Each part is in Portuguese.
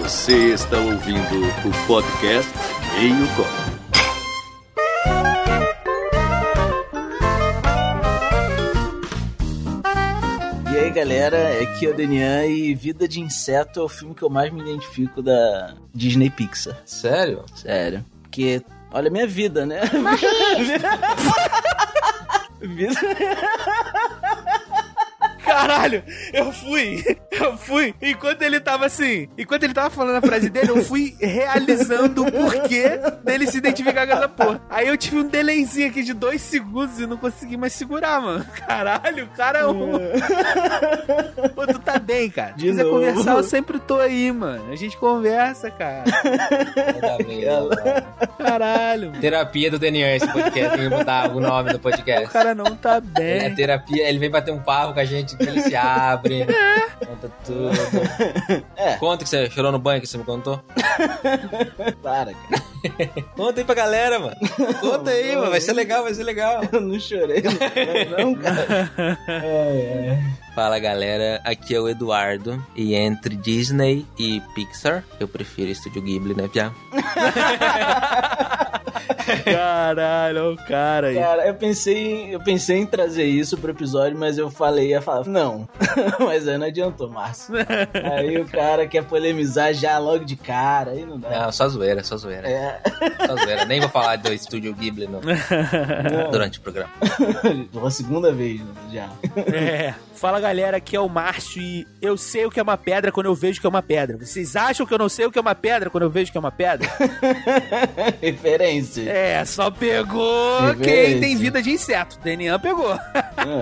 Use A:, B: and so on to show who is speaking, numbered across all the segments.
A: Você está ouvindo o podcast Meio Copo.
B: E aí galera, aqui é o Denian e Vida de Inseto é o filme que eu mais me identifico da Disney Pixar.
C: Sério?
B: Sério. Porque, olha a minha vida, né? vida.
D: Caralho, eu fui, eu fui. Enquanto ele tava assim, enquanto ele tava falando a frase dele, eu fui realizando o porquê dele se identificar com essa porra. Aí eu tive um delayzinho aqui de dois segundos e não consegui mais segurar, mano. Caralho, o cara é um. Pô, tu tá bem, cara. Se
B: É. De
D: quiser
B: novo.
D: conversar, eu sempre tô aí, mano. A gente conversa, cara.
C: Ainda bem, né?
D: Caralho, mano.
C: Terapia do Daniel esse podcast. Tem que botar o nome do
D: O
C: podcast.
D: cara não tá
C: Ele é
D: bem.
C: terapia, ele vem bater um papo com a gente, ele se abre, conta tudo.
B: É.
C: Conta que você chorou no banho que você me contou.
B: Para, cara.
C: Conta aí pra galera, mano. Conta aí, mano. Vai ser legal, vai ser legal.
B: Eu não chorei. Não, não, cara.
C: Fala galera, aqui é o Eduardo. E entre Disney e Pixar, eu prefiro Estúdio Ghibli, né, Pia?
D: Caralho, o cara aí.
B: Cara, eu pensei, eu pensei em trazer isso pro episódio, mas eu falei, ia falar, não. mas aí não adiantou, Márcio. aí o cara quer polemizar já logo de cara, aí não dá.
C: Não, só zoeira, só zoeira.
B: É,
C: Só zoeira. Nem vou falar do Estúdio Ghibli no- durante o programa.
B: pela segunda vez né, já.
D: É. Fala galera, aqui é o Márcio e eu sei o que é uma pedra quando eu vejo que é uma pedra. Vocês acham que eu não sei o que é uma pedra quando eu vejo que é uma pedra?
B: Referência.
D: É, só pegou
B: Que
D: quem
B: beleza.
D: tem vida de inseto. Denian pegou.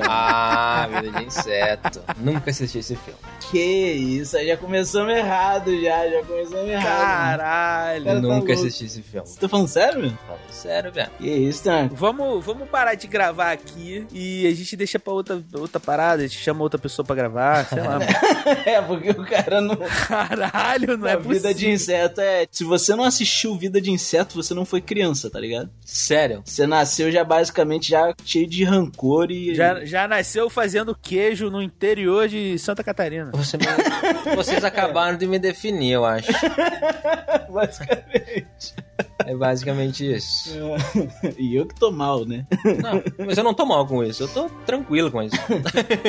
C: Ah, vida de inseto. Nunca assisti esse filme.
B: Que isso, aí já começamos errado, já, já começamos errado.
D: Caralho.
B: Cara, tá
C: Nunca
B: louco.
C: assisti esse filme.
B: Você tá falando sério? meu?
C: Fala sério, velho.
B: Que isso, Tanco?
D: Vamos, vamos parar de gravar aqui e a gente deixa pra outra, outra parada, a gente chama outra pessoa pra gravar, sei lá. mano.
B: É, porque o cara não.
D: Caralho, não é
B: a vida
D: possível.
B: de inseto é. Se você não assistiu Vida de Inseto, você não foi criança, tá ligado?
C: Sério?
B: Você nasceu já basicamente já cheio de rancor e.
D: Já, já nasceu fazendo queijo no interior de Santa Catarina.
C: Você me- Vocês acabaram de me definir, eu acho.
B: basicamente.
C: É basicamente isso.
B: e eu que tô mal, né?
C: Não, mas eu não tô mal com isso. Eu tô tranquilo com isso.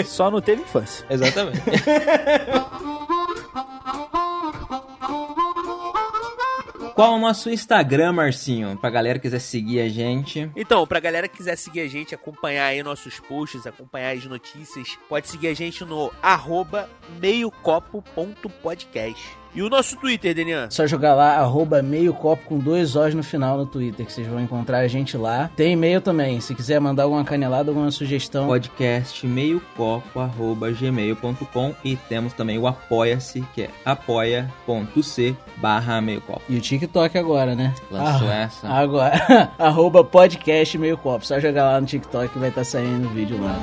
D: Só não teve infância.
C: Exatamente. Qual o nosso Instagram, Marcinho? Pra galera que quiser seguir a gente.
D: Então, pra galera que quiser seguir a gente, acompanhar aí nossos posts, acompanhar as notícias, pode seguir a gente no arroba meiocopo.podcast. E o nosso Twitter, Denian?
E: Só jogar lá, arroba meio copo com dois Os no final no Twitter, que vocês vão encontrar a gente lá. Tem e-mail também, se quiser mandar alguma canelada, alguma sugestão.
C: Então, Podcast meiocopo.gmail.com e temos também o Apoia-se, que é apoia.c barra meiocopo.
E: E o TikTok agora, né?
C: Lançou
E: Ah,
C: essa.
E: Agora, arroba podcast meio copo. Só jogar lá no TikTok que vai estar saindo o vídeo lá.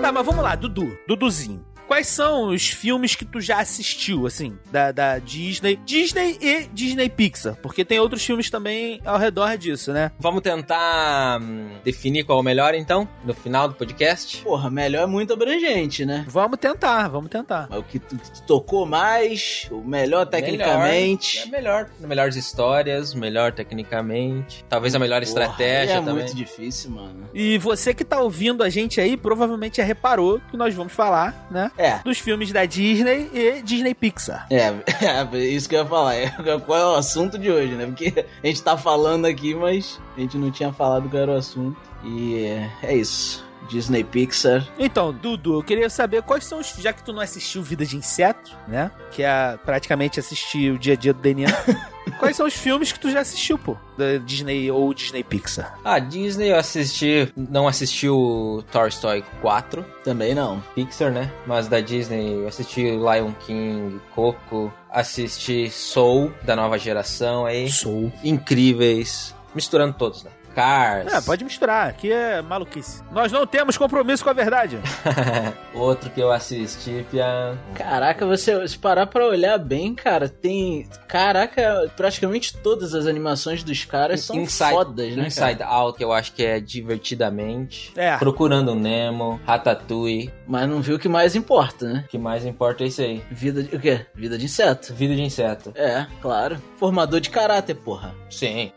D: Tá, mas vamos lá, Dudu. Duduzinho. Quais são os filmes que tu já assistiu, assim, da, da Disney? Disney e Disney Pixar, porque tem outros filmes também ao redor disso, né?
C: Vamos tentar hum, definir qual é o melhor, então, no final do podcast.
B: Porra, melhor é muito abrangente, né?
D: Vamos tentar, vamos tentar.
B: Mas o que tu, que tu tocou mais, o melhor tecnicamente.
C: Melhor, é melhor. Melhores histórias, melhor tecnicamente. Talvez a melhor
B: Porra,
C: estratégia
B: aí É
C: também.
B: muito difícil, mano.
D: E você que tá ouvindo a gente aí, provavelmente já reparou que nós vamos falar, né?
B: É.
D: Dos filmes da Disney e Disney Pixar.
B: É, é, isso que eu ia falar. É, qual é o assunto de hoje, né? Porque a gente tá falando aqui, mas a gente não tinha falado qual era o assunto. E é, é isso. Disney Pixar.
D: Então, Dudu, eu queria saber quais são os. Já que tu não assistiu Vida de Inseto, né? Que é praticamente assistir o dia a dia do DNA. quais são os filmes que tu já assistiu, pô? Da Disney ou Disney Pixar?
C: Ah, Disney eu assisti, não assisti o Toy Story 4,
B: Também não.
C: Pixar, né? Mas da Disney eu assisti Lion King, Coco, assisti Soul, da nova geração aí.
D: Sou.
C: Incríveis. Misturando todos, né? Cars.
D: É, pode misturar, aqui é maluquice. Nós não temos compromisso com a verdade.
C: Outro que eu assisti, Pia.
B: Caraca, você se parar pra olhar bem, cara, tem. Caraca, praticamente todas as animações dos caras são
C: Inside-
B: fodas, né? cara?
C: Inside Out, que eu acho que é divertidamente.
D: É.
C: Procurando Nemo, Ratatouille.
B: Mas não viu o que mais importa, né?
C: O que mais importa é isso aí.
B: Vida de. O quê? Vida de inseto.
C: Vida de inseto.
B: É, claro. Formador de caráter, porra.
C: Sim.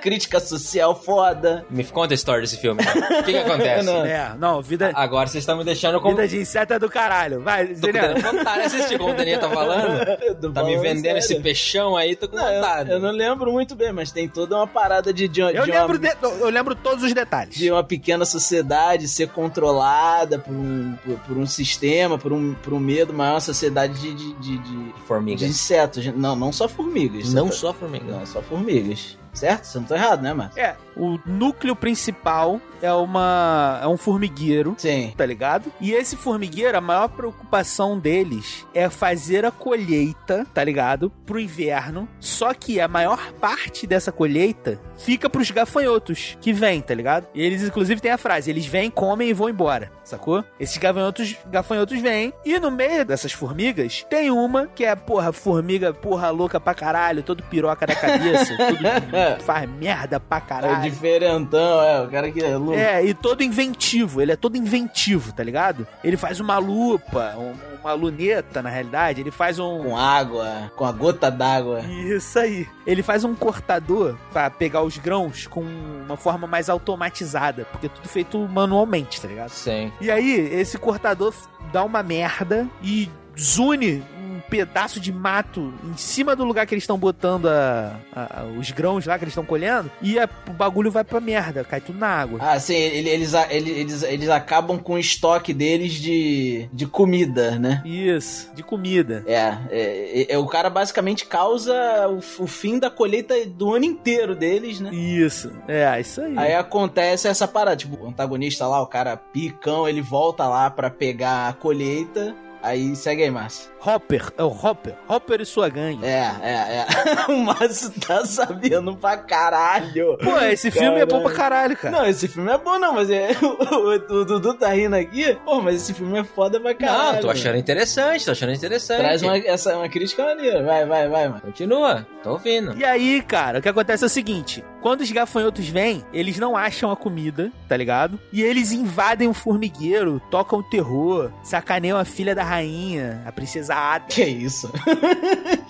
B: Crítica social foda.
C: Me conta a história desse filme. né? O que, que acontece?
B: Não.
D: É, não, vida,
C: Agora vocês estão me deixando Ah, como.
D: vida de inseto é do caralho. Vai,
C: Tô com
D: Zeniano.
C: vontade de assistir, como o Daniel tá falando. Tá me vendendo esse peixão aí, tô com
B: Não, eu,
C: vontade.
B: eu não lembro muito bem, mas tem toda uma parada de, de,
D: Eu
B: de uma,
D: lembro, de- eu lembro todos os detalhes.
B: de uma pequena sociedade ser controlada por um, por, por um sistema, por um, por um medo maior, uma sociedade de, de, de- de- de
C: Formigas.
B: insetos. Não, não só formigas.
C: Não
B: Você
C: só
B: tá-
C: formigas.
B: Não, só formigas. Certo? Você não tá errado, né, Márcio?
D: É, o núcleo principal é uma é um formigueiro,
B: Sim.
D: tá ligado? E esse formigueiro, a maior preocupação deles é fazer a colheita, tá ligado? Pro inverno. Só que a maior parte dessa colheita fica pros gafanhotos que vêm, tá ligado? E eles inclusive têm a frase, eles vêm, comem e vão embora, sacou? Esses gafanhotos, gafanhotos vêm e no meio dessas formigas tem uma que é, porra, formiga, porra louca pra caralho, todo piroca na cabeça, tudo faz merda
B: É
D: pra
B: o
D: caralho.
B: diferentão, é. O cara que é louco.
D: É, e todo inventivo, ele é todo inventivo, tá ligado? Ele faz uma lupa, um- uma luneta, na realidade, ele faz um.
B: Com água, com a gota d'água.
D: Isso aí. Ele faz um cortador pra pegar os grãos com uma forma mais automatizada, porque é tudo feito manualmente, tá ligado?
C: Sim.
D: E aí, esse cortador f- dá uma merda e zune um pedaço de mato em cima do lugar que eles estão botando a- a- a- os grãos lá que eles estão colhendo, e a- o bagulho vai pra merda, cai tudo na água.
B: Ah, sim, ele- eles, a- ele- eles, eles acabam com o estoque deles de, de comida, né?
D: Isso, de comida.
B: É, é, é, é, o cara basicamente causa o, f- o fim da colheita do ano inteiro deles, né?
D: Isso, é, isso aí.
B: Aí acontece essa parada, tipo, o antagonista lá, o cara picão, ele volta lá pra pegar a colheita, aí segue aí, Márcio.
D: Hopper, é o Hopper. Hopper e sua gangue.
B: É, é, é. o Márcio tá sabendo pra caralho.
D: Pô, esse filme é bom pra caralho, cara.
B: Não, esse filme é bom não, mas é, o, o- o Dudu tá rindo aqui, pô, mas esse filme é foda pra caralho.
C: Não, tô achando interessante, tô achando interessante.
B: Traz uma, essa, uma crítica maneira, vai, vai, vai, mano.
C: Continua, tô ouvindo.
D: E aí, cara, o que acontece é o seguinte: quando os gafanhotos vêm, eles não acham a comida, tá ligado? E eles invadem o formigueiro, tocam terror, sacaneiam a filha da rainha, a princesa Ada,
B: Que isso?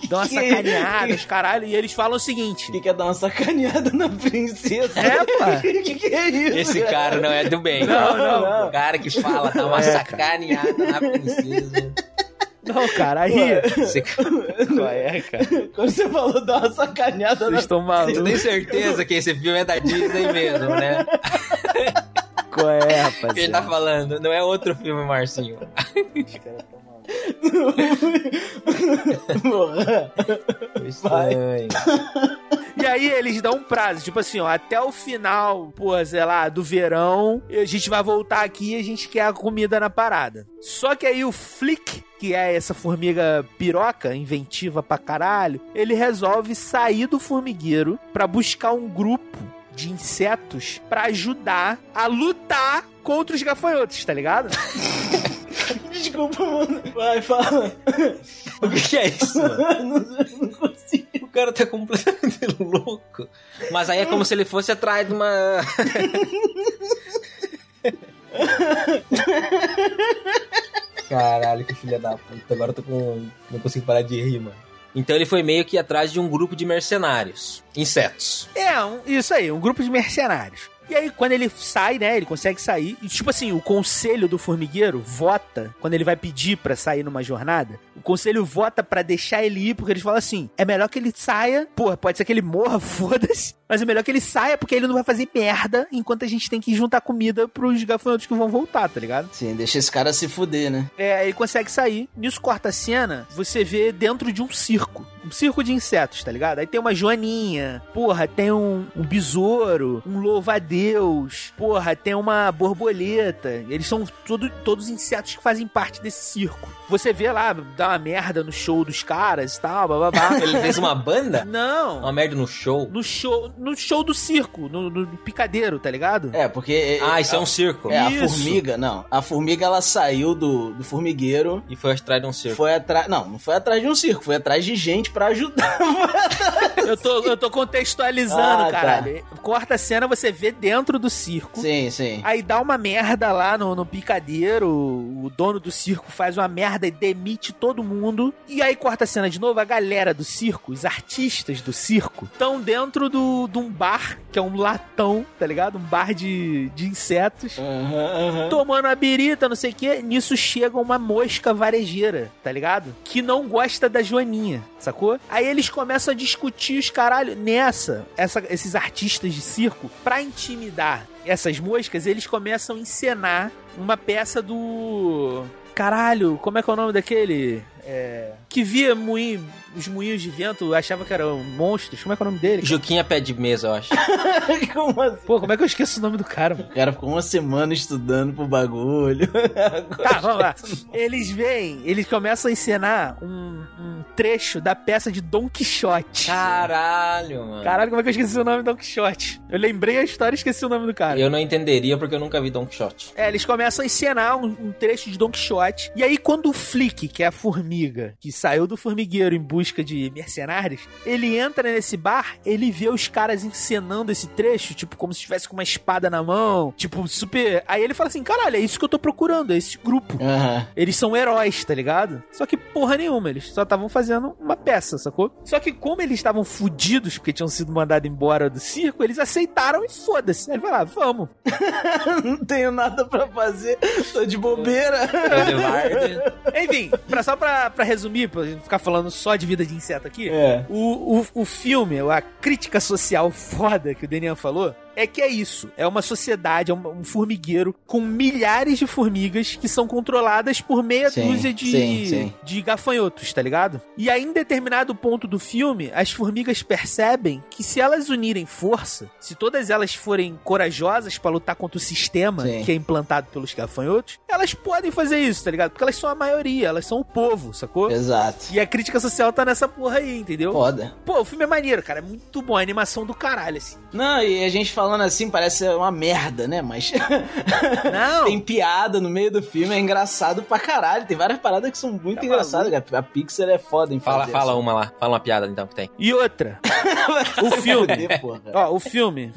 D: dão uma
B: Que-
D: sacaneada, os caralho, e eles falam o seguinte:
B: Que quer dar uma sacaneada na princesa?
D: É, pá.
B: que que é isso?
C: Esse cara não é do bem.
D: Não, não.
C: O cara que fala, dá uma
D: É, cara.
C: sacaneada na princesa.
D: Não, é, cara, aí.
B: Ué,
C: Você
B: Quando você falou dar uma sacaneada
D: Vocês estão
C: eu
D: malucos,
C: tenho certeza que esse filme é da Disney mesmo, né?
D: qual é,
C: O que ele tá
D: rapaziada?
C: falando? Não é outro filme, Marcinho.
B: na porra.
C: Estranho.
D: E aí eles dão um prazo, tipo assim, ó, até o final, pô, sei lá, do verão, a gente vai voltar aqui e a gente quer a comida na parada. Só que aí o Flick, que é essa formiga piroca, inventiva pra caralho, ele resolve sair do formigueiro pra buscar um grupo de insetos pra ajudar a lutar contra os gafanhotos, tá ligado?
B: Desculpa, mano. Vai, fala.
C: O que que é isso? mano?
B: Não, não consigo.
C: O cara tá completamente louco. Mas aí é como se ele fosse atrás de uma. Caralho, que filha da puta. Agora eu tô com. Não consigo parar de rir, mano. Então ele foi meio que atrás de um grupo de mercenários. Insetos.
D: É, um- isso aí, um grupo de mercenários. E aí, quando ele sai, né, ele consegue sair. E, tipo assim, o conselho do formigueiro vota, quando ele vai pedir pra sair numa jornada, o conselho vota pra deixar ele ir, porque eles falam assim, é melhor que ele saia, porra, pode ser que ele morra, foda-se, mas é melhor que ele saia, porque ele não vai fazer merda, enquanto a gente tem que juntar comida pros gafanhotos que vão voltar, tá ligado?
B: Sim, deixa esse cara se fuder, né?
D: É, ele consegue sair. Nisso corta a cena, você vê dentro de um circo. Um circo de insetos, tá ligado? Aí tem uma joaninha, porra, tem um, um besouro, um louva-a-deus, porra, tem uma borboleta. Eles são todo, todos insetos que fazem parte desse circo. Você vê lá, dá uma merda
C: Tá.
D: no show dos caras e tal, bababá.
C: Ele fez uma banda?
D: Não,
C: Uma merda no show.
D: no show. no show do circo, no, no picadeiro, tá ligado?
B: É, porque.
C: Ah, isso é um circo.
B: É, a
D: Isso.
B: formiga, não. A formiga ela saiu do, do formigueiro.
C: E foi atrás de um circo.
B: Foi atrás. Não, não foi atrás de um circo, foi atrás de gente pra ajudar.
D: Eu tô, eu tô contextualizando,
B: Ah, tá.
D: caralho. Corta a cena, você vê dentro do circo.
B: Sim, sim.
D: Aí dá uma merda lá no, no picadeiro, o dono do circo faz uma merda e demite todo mundo. E aí corta a cena de novo, a galera do circo, os artistas do circo, estão dentro do, de um bar, que é um latão, tá ligado? Um bar de, de insetos.
B: Aham, aham.
D: Tomando a birita, não sei o que, nisso chega uma mosca varejeira, tá ligado? Que não gosta da Joaninha, sacou? Aí eles começam a discutir os caralho. Nessa, essa- esses artistas de circo, pra intimidar essas moscas, eles começam a encenar uma peça do. Caralho, como é que é o nome daquele? É, Que via moinho, os moinhos de vento, achava que eram monstros. Como é que é o nome dele?
C: Juquinha pé de mesa, eu acho.
B: Como assim?
D: Pô, como é que eu esqueço o nome do cara, mano?
B: O cara ficou uma semana estudando pro bagulho.
D: Tá, vamos lá. Eles vêm, eles começam a encenar um, um trecho da peça de Don Quixote.
C: Caralho, mano.
D: Caralho, como é que eu esqueci o nome do Don Quixote? Eu lembrei a história e esqueci o nome do cara.
C: Eu não entenderia porque eu nunca vi Don Quixote.
D: É, eles começam a encenar um, um trecho de Don Quixote. E aí, quando o Flick, que é a formiga, que saiu do formigueiro em busca de mercenários, ele entra nesse bar, ele vê os caras encenando esse trecho, tipo, como se estivesse com uma espada na mão. Tipo, super. Aí ele fala assim: caralho, é isso que eu tô procurando, é esse grupo.
B: Aham.
D: Eles são heróis, tá ligado? Só que porra nenhuma, eles só estavam fazendo uma peça, sacou? Só que como eles estavam fudidos porque tinham sido mandados embora do circo, eles aceitaram e foda-se. Aí ele vai lá, vamos.
B: Não tenho nada pra fazer, tô de bobeira.
C: Boulevard.
D: Enfim, pra, só pra, pra resumir, pra gente não ficar falando só de vida de inseto aqui,
B: É.
D: o, o, o filme, a crítica social foda que o Daniel falou, é que é isso. É uma sociedade, é um, um formigueiro com milhares de formigas que são controladas por meia
B: Sim,
D: dúzia de,
B: sim, sim.
D: de gafanhotos, tá ligado? E aí, em determinado ponto do filme, as formigas percebem que se elas unirem força, se todas elas forem corajosas pra lutar contra o sistema
B: Sim.
D: que é implantado pelos gafanhotos, elas podem fazer isso, tá ligado? Porque elas são a maioria, elas são o povo, sacou?
B: Exato.
D: E a crítica social tá nessa porra aí, entendeu?
B: Foda.
D: Pô, o filme é maneiro, cara. É muito bom. A animação do caralho, assim.
B: Não, e a gente falando assim parece uma merda, né? Mas
D: Não!
B: tem piada no meio do filme, é engraçado pra caralho. Tem várias paradas que são muito
D: Tá
B: engraçadas. cara. A Pixar é foda em
C: Fala,
B: fazer
C: fala uma lá. Fala uma piada então que tem.
D: E outra. o
C: um
D: filme.
B: isso. Porra.
D: Ó, o filme.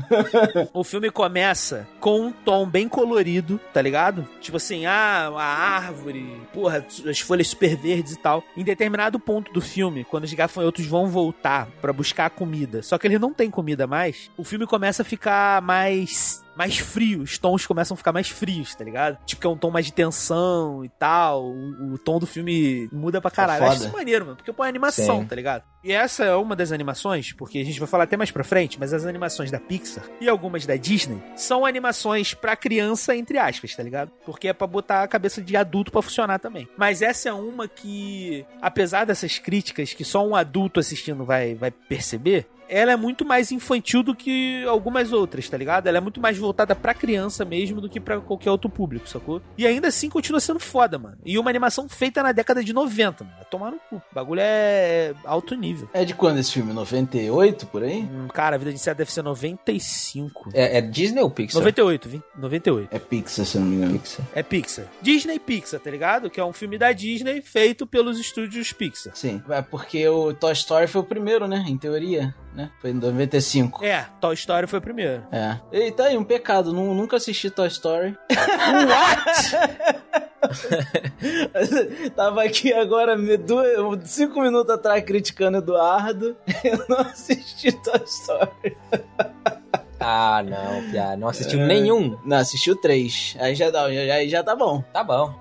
D: o filme começa com um tom bem colorido, tá ligado? Tipo assim, ah, a árvore, porra, as folhas super verdes e tal. Em determinado ponto do filme, quando os gafanhotos vão voltar pra buscar a comida, só que eles não têm comida mais, o filme começa a ficar mais mais frio, os tons começam a ficar mais frios, tá ligado? Tipo que é um tom mais de tensão e tal, o, o tom do filme muda pra caralho. Eu Acho
B: foda.
D: isso maneiro, mano, porque põe animação,
C: Sim.
D: tá ligado? E essa é uma das animações, porque a gente vai falar até mais pra frente, mas as animações da Pixar e algumas da Disney são animações pra criança, entre aspas, tá ligado? Porque é pra botar a cabeça de adulto pra funcionar também. Mas essa é uma que, apesar dessas críticas que só um adulto assistindo vai, vai perceber, ela é muito mais infantil do que algumas outras, tá ligado? Ela é muito mais voltada pra criança mesmo do que pra qualquer outro público, sacou? E ainda assim continua sendo foda, mano. E uma animação feita na década de 90, mano. Vai tomar no cu. O bagulho é alto nível.
B: É de quando esse filme? 98 por aí?
D: Hum, cara, a vida de inseto deve ser 95.
C: É, é Disney ou Pixar?
D: 98, vi- 98.
B: É Pixar, se eu não me engano.
C: Pixar.
D: É Pixar. Disney Pixar, tá ligado? Que é um filme da Disney feito pelos estúdios Pixar.
B: Sim. É porque o Toy Story foi o primeiro, né? Em teoria, né? Foi em 95.
D: É, Toy Story foi o primeiro.
B: É. Eita, aí, um pecado. nu- Nunca assisti Toy Story. Tava aqui agora, me- duas- cinco minutos atrás, criticando Eduardo. Eu não assisti Toy Story.
C: Ah, não, piada. Não assistiu nenhum.
B: Não, assisti o 3. Aí já, dá- já, já, já tá bom.
C: Tá bom.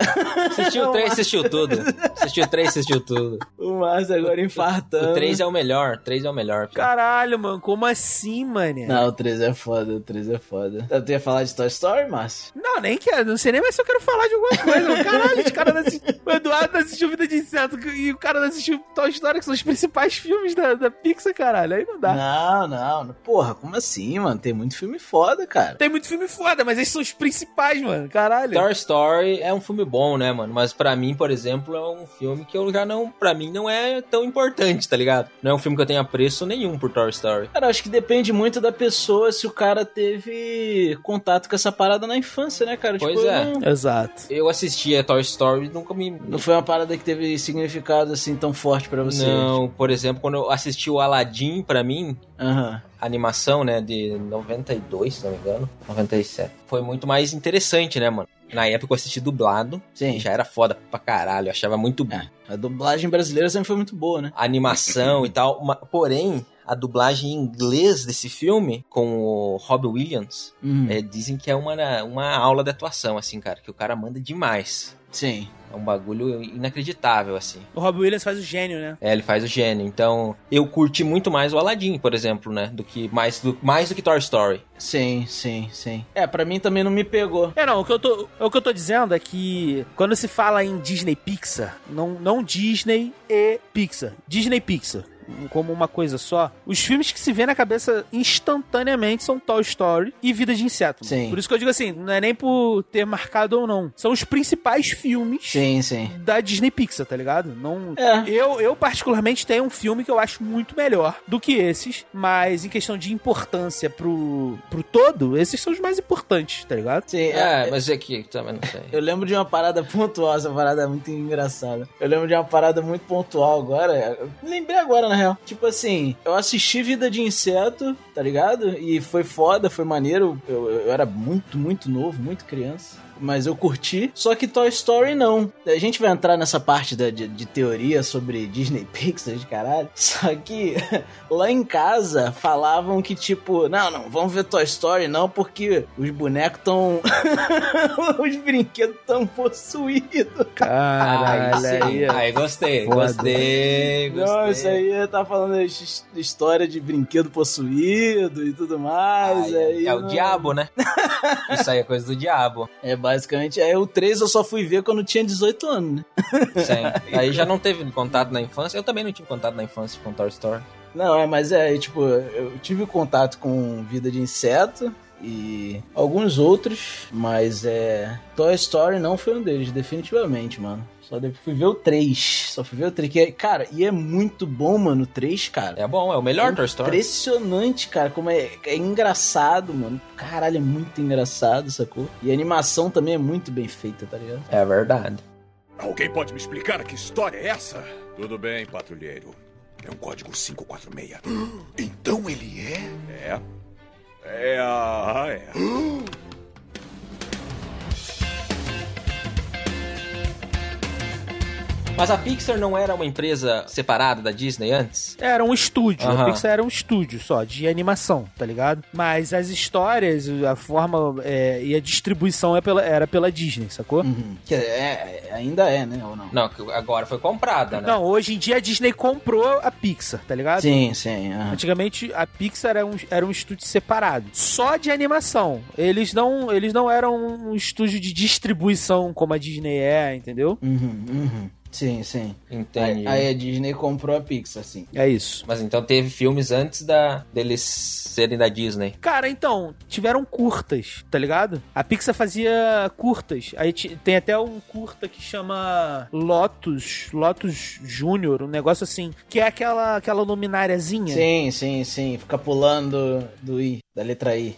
C: Assistiu três, assistiu tudo. Assistiu três, assistiu tudo.
B: O Márcio agora infartando.
C: O 3 é o melhor, 3 é o melhor.
D: Caralho, mano, como assim, mané?
B: Não, o 3 é foda, o 3 é foda. Então, Tu ia falar de Toy Story, Márcio?
D: Não, nem quero, não sei nem mais se eu quero falar de alguma coisa. Caralho, os caras não assistiram. O Eduardo não assistiu Vida de Inseto e o cara não assistiu Toy Story,
C: Tá.
D: que são os principais filmes da, da Pixar, caralho. Aí não dá.
B: Não, não. Porra, como assim, mano? Tem tem muito filme foda, cara.
D: Tem muito filme foda, mas esses são os principais, mano. Caralho.
C: Toy Story é um filme bom, né, mano? Mas pra mim, por exemplo, é um filme que eu já não. Pra mim, não é tão importante, tá ligado? Não é um filme que eu tenha apreço nenhum por Toy Story.
B: Cara, acho que depende muito da pessoa se o cara teve contato com essa parada na infância, né, cara?
C: Pois é.
B: Não,
D: Exato.
C: Eu assisti a Toy Story e nunca me.
B: não foi uma parada que teve significado assim tão forte pra você.
C: Não, por exemplo, quando eu assisti o Aladdin, pra mim,
B: Aham.
C: a animação, né, de 92, se não me engano, 97, foi muito mais interessante, né, mano? Na época eu assisti dublado,
B: Sim.
C: já era foda pra caralho, eu achava muito
B: É, a dublagem brasileira sempre foi muito boa, né?
C: a animação e tal, ma- porém, a dublagem em inglês desse filme, com o Rob Williams,
B: Uhum.
C: é, dizem que é uma, uma aula de atuação, assim, cara, que o cara manda demais.
B: Sim.
C: É um bagulho inacreditável, assim.
D: O Rob Williams faz o gênio, né?
C: É, ele faz o gênio. Então, eu curti muito mais o Aladdin, por exemplo, né? Do que mais do, mais do que Toy Story.
B: Sim, sim, sim. É, pra mim também não me pegou.
D: É, não, o que, eu tô, o que eu tô dizendo é que quando se fala em Disney Pixar, não, não Disney e Pixar, Disney Pixar, como uma coisa só, os filmes que se vê na cabeça instantaneamente são Toy Story e Vida de Inseto.
B: Sim.
D: Por isso que eu digo assim, não é nem por ter marcado ou não, são os principais filmes
B: Sim, sim.
D: da Disney Pixar, tá ligado? Não.
B: É.
D: Eu, eu, particularmente, tenho um filme que eu acho muito melhor do que esses, mas em questão de importância pro, pro todo, esses são os mais importantes, tá ligado?
B: Sim,
C: É, mas é que também não sei.
B: Eu lembro de uma parada pontual, essa parada é muito engraçada. Eu lembro de uma parada muito pontual agora. eu Lembrei agora, na real. Tipo assim, eu assisti Vida de Inseto, tá ligado? E foi foda, foi maneiro. Eu, eu era muito, muito novo, muito criança. Mas eu curti. Só que Toy Story não. A gente vai entrar nessa parte da- de, de teoria sobre Disney Pixar de caralho. Só que lá em casa falavam que, tipo, não, não, vamos ver Toy Story não, porque os bonecos estão os brinquedos tão possuídos.
C: Ah,
D: Caralho,
C: sim.
D: aí, ó.
C: Aí gostei,
D: Foda.
C: gostei, gostei.
B: Não, isso aí tá falando de his- história de brinquedo possuído e tudo mais.
C: Ai, ai,
B: aí,
C: é o
B: não-
C: diabo, né? Isso aí é coisa do diabo.
B: É basicamente. Aí o 3 eu só fui ver quando eu tinha 18 anos, né?
C: Sim. Aí já não teve contato na infância. Eu também não tive contato na infância com Toy Story.
B: Não, é, mas é, tipo, eu tive contato com Vida de Inseto e alguns outros, mas é. Toy Story não foi um deles, definitivamente, mano. Só de- fui ver o 3. Só fui ver o 3. Que é, cara, e é muito bom, mano, o 3, cara.
C: É bom, é o melhor Toy Story.
B: Impressionante, cara, como é, é engraçado, mano. Caralho, é muito engraçado, sacou? E a animação também é muito bem feita, tá ligado?
C: É verdade.
F: Alguém pode me explicar que história é essa? Tudo bem, patrulheiro. É um código 546. Então ele é? É. É a. É.
C: Mas a Pixar não era uma empresa separada da Disney antes?
D: Era um estúdio, a
C: Aham.
D: Pixar era um estúdio só, de animação, tá ligado? Mas as histórias, a forma é, e a distribuição é pela- era pela Disney, sacou?
B: Que é, é- ainda é, né? Ou não?
C: Não, que agora foi comprada, né?
D: Não, hoje em dia a Disney comprou a Pixar, tá ligado?
B: Sim, sim. aham.
D: Antigamente a Pixar era um, era um estúdio separado, só de animação. Eles não, eles não eram um estúdio de distribuição como a Disney é, entendeu?
B: Uhum, uhum. Sim, sim.
C: Entendi.
B: Aí, aí a Disney comprou a Pixar, assim.
D: É isso.
C: Mas então teve filmes antes da deles serem da Disney.
D: Cara, então, tiveram curtas, tá ligado? A Pixar fazia curtas. Aí ti- tem até um curta que chama Lotus, Lotus Júnior, um negócio assim, que é aquela aquela lumináriazinha.
B: Sim, sim, sim. Fica pulando do I, da letra I.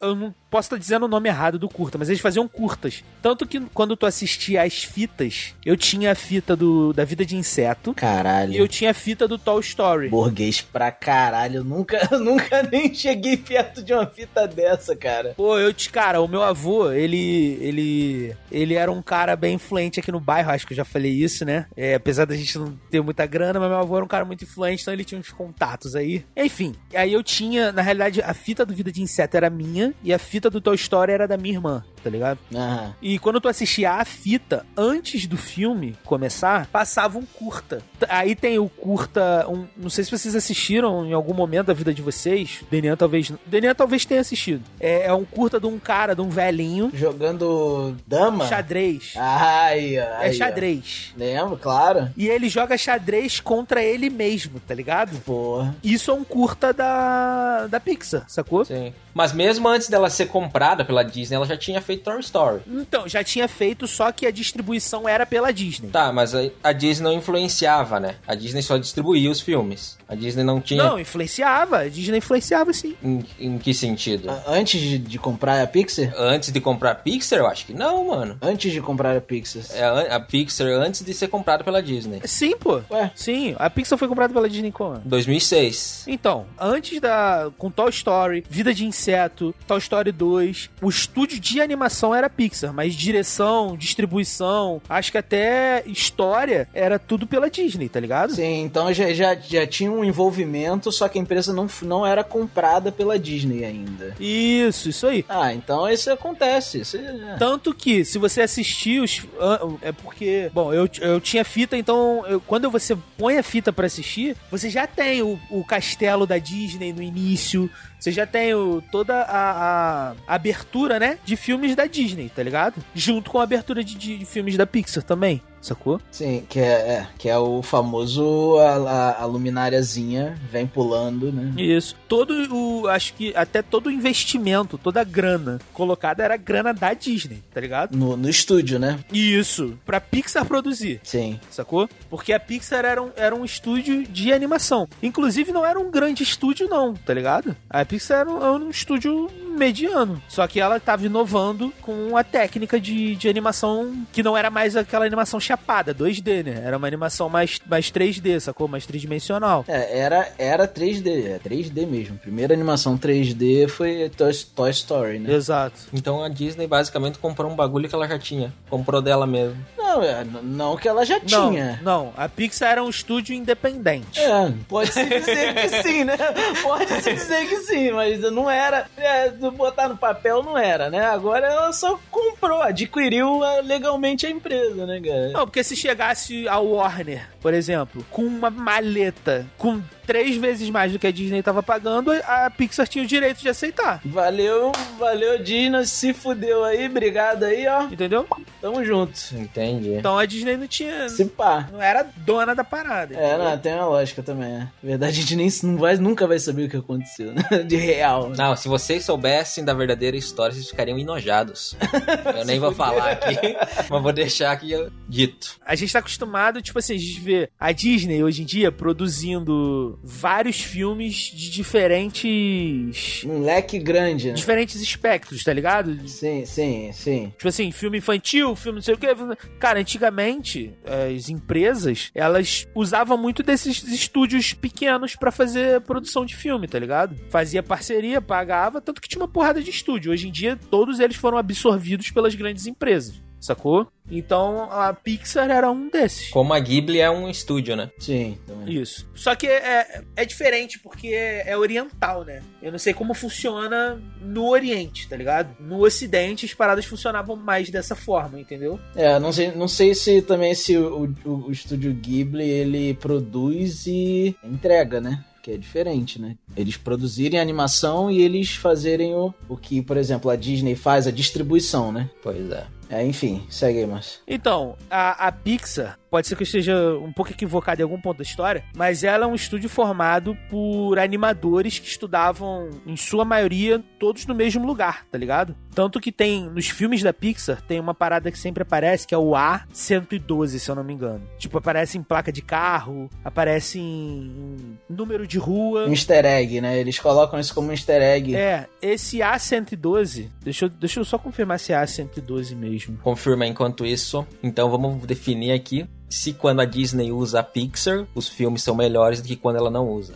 D: Eu não posso estar dizendo o nome errado do curta, mas eles faziam curtas. Tanto que quando tu assistia as fitas, eu tinha a fita do da Vida de Inseto e eu
B: Caralho.
D: tinha a fita do Toy Story.
B: Burguês pra caralho. Eu nunca, eu nunca nem cheguei perto de uma fita dessa, cara.
D: Pô, eu te, cara, o meu avô, ele, ele, ele era um cara bem influente aqui no bairro, acho que eu já falei isso, né? É, apesar da gente não ter muita grana, mas meu avô era um cara muito influente, então ele tinha uns contatos aí. Enfim, aí eu tinha, na realidade, a fita do Vida de Inseto era minha e a fita do Toy Story era da minha irmã, tá tá ligado?
B: Aham.
D: E quando tu assistia a fita, antes do filme começar, passava um curta. T- Aí tem o curta. um- não sei se vocês assistiram em algum momento da vida de vocês. Denian talvez. Denian talvez tenha assistido. É, é um curta de um cara, de um velhinho.
B: Jogando dama?
D: Xadrez.
B: Ai, ai,
D: é xadrez.
B: ó. Lembro, claro.
D: E ele joga xadrez contra ele mesmo, tá ligado?
B: Porra.
D: Isso é um curta da, da Pixar, sacou?
C: Sim. Mas mesmo antes dela ser comprada pela Disney, ela já tinha feito Toy Story.
D: Então, já tinha feito, só que a distribuição era pela Disney.
C: Tá, mas a, a Disney não influenciava, né? A Disney só distribuía os filmes. A Disney não tinha.
D: Não, influenciava. A Disney influenciava sim.
C: Em, em que sentido?
B: A- Antes de, de comprar a Pixar?
C: Antes de comprar a Pixar, eu acho que não, mano.
B: Antes de comprar a Pixar.
C: É a, a Pixar antes de ser comprada pela Disney.
D: Sim, pô.
B: É. Ué?
D: Sim, a Pixar foi comprada pela Disney como?
C: 2006.
D: Então, antes da. Com Toy Story, Vida de Inseto, Toy Story 2, o estúdio de animação era Pixar, mas direção, distribuição, acho que até história era tudo pela Disney, tá ligado?
B: Sim, então já, já, já tinha um envolvimento, só que a empresa não, f- não era comprada pela Disney ainda.
D: Isso, isso aí.
B: Ah, então isso acontece. Isso é...
D: Tanto que, se você assistir os. ah, É porque. Bom, eu, eu tinha fita, então. eu- quando você põe a fita pra assistir, você já tem o, o castelo da Disney no início. Você já tem o- toda a, a abertura, né? De filmes da Disney, tá ligado? Junto com a abertura de, de- de filmes da Pixar também, sacou?
B: Sim, que é, é, que é o famoso a, a- a lumináriazinha vem pulando, né?
D: Isso. Todo o. Acho que até todo o investimento, toda a grana colocada era grana da Disney, tá ligado?
B: No, no estúdio, né?
D: Isso. Pra Pixar produzir.
B: Sim.
D: sacou? Porque a Pixar era um, era um estúdio de animação. Inclusive, não era um grande estúdio, não, tá ligado? A Pixar era um, era um estúdio mediano. Só que ela tava inovando com a técnica de, de animação que não era mais aquela animação chapada, 2D, né? Era uma animação mais, mais 3D, sacou? Mais tridimensional.
B: É, era, era 3D, é 3D mesmo. Primeira animação 3D foi Toy, Toy Story, né?
D: Exato.
C: Então a Disney basicamente comprou um bagulho que ela já tinha. Comprou dela mesmo.
B: Não, é, n- não que ela já
D: Não,
B: tinha.
D: não, a Pixar era um estúdio independente.
B: É, pode se dizer que sim, né? Pode se dizer que sim, mas não era. é, do botar no papel não era, né? Agora ela só comprou, adquiriu é, legalmente a empresa, né, cara?
D: Não, porque se chegasse a Warner, por exemplo, com uma maleta com três vezes mais do que a Disney tava pagando, a Pixar tinha o direito de aceitar.
B: Valeu, valeu, Dina. Se fudeu aí, obrigado aí, ó.
D: Entendeu?
B: Tamo junto.
C: Entendi.
D: Então a Disney não tinha.
B: Se pá.
D: Não era dona da parada.
B: É, não, tem uma lógica também. é. Na verdade, a gente nem, não vai, nunca vai saber o que aconteceu, né? De real.
C: Não, se vocês soubessem da verdadeira história, vocês ficariam enojados. Eu nem vou falar aqui, mas vou deixar aqui dito.
D: A gente tá acostumado, tipo assim, a gente vê a Disney hoje em dia produzindo vários filmes de diferentes.
B: Um leque grande, né?
D: diferentes espectros, tá ligado?
B: Sim, sim, sim.
D: Tipo assim, filme infantil, filme não sei o quê. filme- Cara, antigamente, eh, as empresas, elas usavam muito desses estúdios pequenos pra fazer produção de filme, tá ligado? Fazia parceria, pagava, tanto que tinha uma porrada de estúdio. Hoje em dia, todos eles foram absorvidos pelas grandes empresas, sacou? Então, a Pixar era um desses.
C: Como a Ghibli é um estúdio, né?
B: Sim, também.
D: Isso. Só que é, é diferente, porque é, é oriental, né? Eu não sei como funciona no Oriente, tá ligado? No Ocidente, as paradas funcionavam mais dessa forma, entendeu?
B: É, não sei, não sei se também se o, o- o estúdio Ghibli ele produz e entrega, né? Que é diferente, né? Eles produzirem a animação e eles fazerem o, o que, por exemplo, a Disney faz, a distribuição, né?
C: Pois é.
B: É, enfim, segue aí, Márcio.
D: Então, a, a Pixar, pode ser que eu esteja um pouco equivocado em algum ponto da história, mas ela é um estúdio formado por animadores que estudavam, em sua maioria, todos no mesmo lugar, tá ligado? Tanto que tem, nos filmes da Pixar, tem uma parada que sempre aparece, que é o A112, se eu não me engano. Tipo, aparece em placa de carro, aparece em, em número de rua.
B: Um easter egg, né? Eles colocam isso como um easter egg.
D: É, esse A112, deixa eu, deixa eu só confirmar se é A112 mesmo.
C: Confirma enquanto isso. Então vamos definir aqui. se quando a Disney usa a Pixar, os filmes são melhores do que quando ela não usa.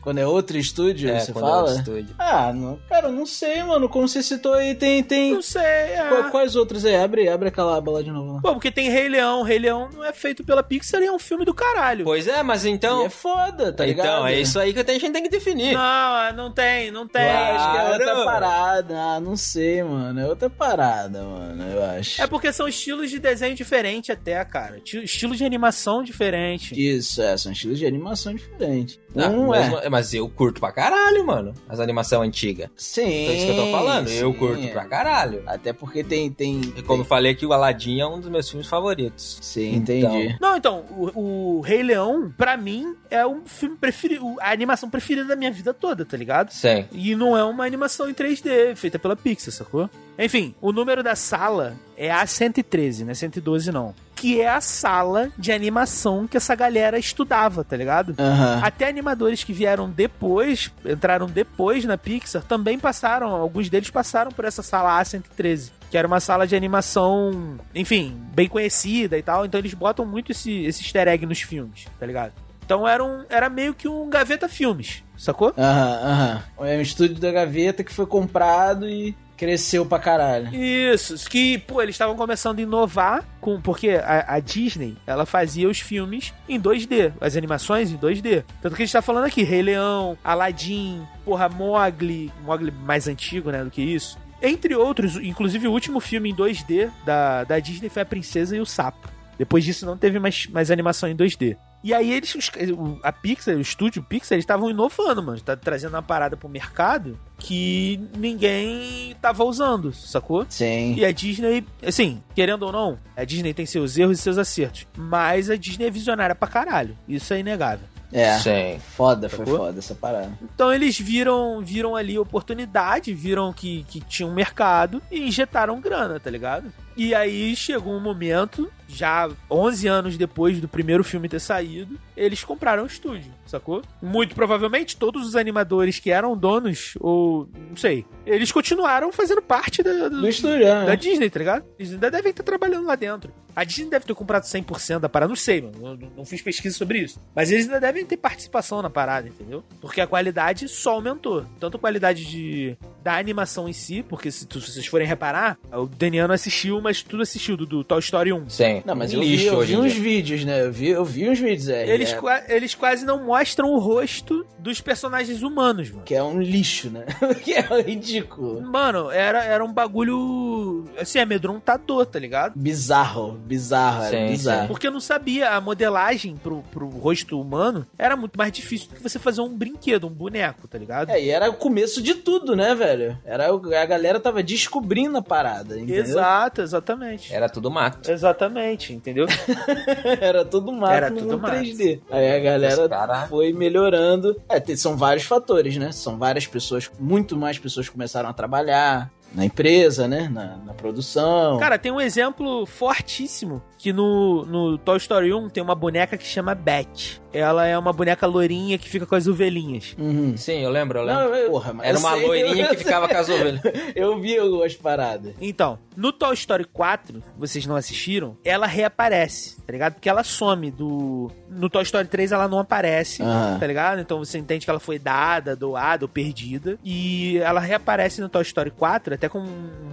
B: Quando é outro estúdio,
C: é,
B: você
C: quando ela
B: fala?
C: estúdio.
B: Ah, não, cara, não sei, mano. Como você citou aí, tem. tem...
D: Não sei, é.
B: Qu- Quais outros aí? Abre, abre aquela aba lá de novo. lá.
D: Pô, porque tem Rei Leão. Rei Leão não é feito pela Pixar e é um filme do caralho.
C: Pois é, mas então.
B: E é foda, tá ligado?
C: então, é isso aí que a gente tem que definir.
D: Não, não tem, não tem.
B: É, acho que é outra
C: Claro.
B: parada. Ah, não sei, mano. É outra parada, mano, eu acho.
D: É porque são estilos de desenho diferente até, cara. Ti- Estilo de animação diferente.
B: Isso, é, são estilos de animação diferentes.
C: Ah,
B: um
C: mas,
B: é.
C: mas eu curto pra caralho, mano. As animação antiga.
B: Sim.
C: Então é isso que eu tô falando. eu
B: sim,
C: curto
B: é.
C: pra caralho.
B: Até porque tem. tem,
C: E como eu falei que o Aladdin é um dos meus filmes favoritos.
B: Sim,
C: Então.
B: entendi.
D: Não, então, o, o Rei Leão, pra mim, é um filme preferido, a animação preferida da minha vida toda, tá ligado?
C: Sim.
D: E não é uma animação em 3D feita pela Pixar, sacou? Enfim, o número da sala é a 113, né? 112 não. Que é a sala de animação que essa galera estudava, tá ligado?
B: Aham.
D: Até animadores que vieram depois, entraram depois na Pixar, também passaram, alguns deles passaram por essa sala A113, que era uma sala de animação, enfim, bem conhecida e tal, então eles botam muito esse, esse easter egg nos filmes, tá ligado? Então era, um, era meio que um gaveta filmes, sacou?
B: Aham, aham. É um estúdio da gaveta que foi comprado e cresceu pra caralho.
D: Isso, que, pô, eles estavam começando a inovar, com, porque a, a Disney, ela fazia os filmes em 2D, as animações em 2D. Tanto que a gente tá falando aqui, Rei Leão, Aladdin, porra, Mogli, Mogli mais antigo, né, do que isso. Entre outros, inclusive o último filme em 2D da, da Disney foi A Princesa e o Sapo. Depois disso não teve mais, mais animação em 2D. E aí eles, os- o- a Pixar, o estúdio Pixar, eles estavam inovando, mano. Tá trazendo uma parada pro mercado que ninguém tava usando, sacou?
B: Sim.
D: E a Disney, assim, querendo ou não, a Disney tem seus erros e seus acertos. Mas a Disney é visionária pra caralho. Isso é inegável.
B: É.
C: Sim.
B: Foda, foi
D: Sacou?
B: foda essa parada.
D: Então eles viram viram ali oportunidade, viram que, que tinha um mercado e injetaram grana, tá ligado? E aí chegou um momento, já 11 anos depois do primeiro filme ter saído, eles compraram o estúdio, sacou? Muito provavelmente todos os animadores que eram donos, ou não sei, eles continuaram fazendo parte da,
B: Do estúdio, né?
D: da Disney, tá ligado? Eles ainda devem estar trabalhando lá dentro. A Disney deve ter comprado 100% da parada, não sei, mano. eu Não, não fiz pesquisa sobre isso. Mas eles ainda devem ter participação na parada, entendeu? Porque a qualidade só aumentou. Tanto a qualidade de, da animação em si, porque se, tu- se vocês forem reparar, o Daniel não assistiu, mas tudo assistiu do, do Toy Story 1.
C: Sim. Um
B: Não, mas eu vi,
C: Lixo
B: eu vi
C: hoje em
B: uns
C: dia.
B: vídeos, né? Eu vi, eu vi uns vídeos aí.
D: Eles,
B: é,
D: qua- eles quase não mostram o rosto dos personagens humanos, mano.
B: Que é um lixo, né? que é ridículo.
D: Mano, era, era um bagulho, assim, amedrontador, tá ligado?
B: Bizarro, bizarro, era
C: Sim,
B: bizarro.
D: Porque eu não sabia, a modelagem pro, pro rosto humano era muito mais difícil do que você fazer um brinquedo, um boneco, tá ligado?
B: É, e era o começo de tudo, né, velho? Era, o- a galera tava descobrindo a parada, entendeu? É.
D: Exato, exatamente.
C: Era tudo mato.
D: Exatamente, entendeu?
B: Era tudo mato
D: Era
B: no
D: tudo
B: mundo
D: mato.
B: 3D. Aí a galera
C: Os cara-
B: foi melhorando. É, te- são vários fatores, né? São várias pessoas, muito mais pessoas começaram a trabalhar na empresa, né? Na, na produção.
D: Cara, tem um exemplo fortíssimo que no, no Toy Story 1 tem uma boneca que chama Bat. Ela é uma boneca lourinha que fica com as ovelhinhas.
B: Uhum.
C: Sim, eu lembro, eu lembro.
B: Não, eu- porra, mas
C: Era
B: eu
C: uma
B: sei,
C: loirinha
B: eu
C: que
B: sei.
C: ficava com as ovelhas.
B: Eu vi algumas paradas.
D: Então, no Toy Story 4, vocês não assistiram, ela reaparece, tá ligado? Porque ela some do. No Toy Story 3 ela não aparece.
B: Aham.
D: tá ligado? Então você entende que ela foi dada, doada ou perdida. E ela reaparece no Toy Story 4, até com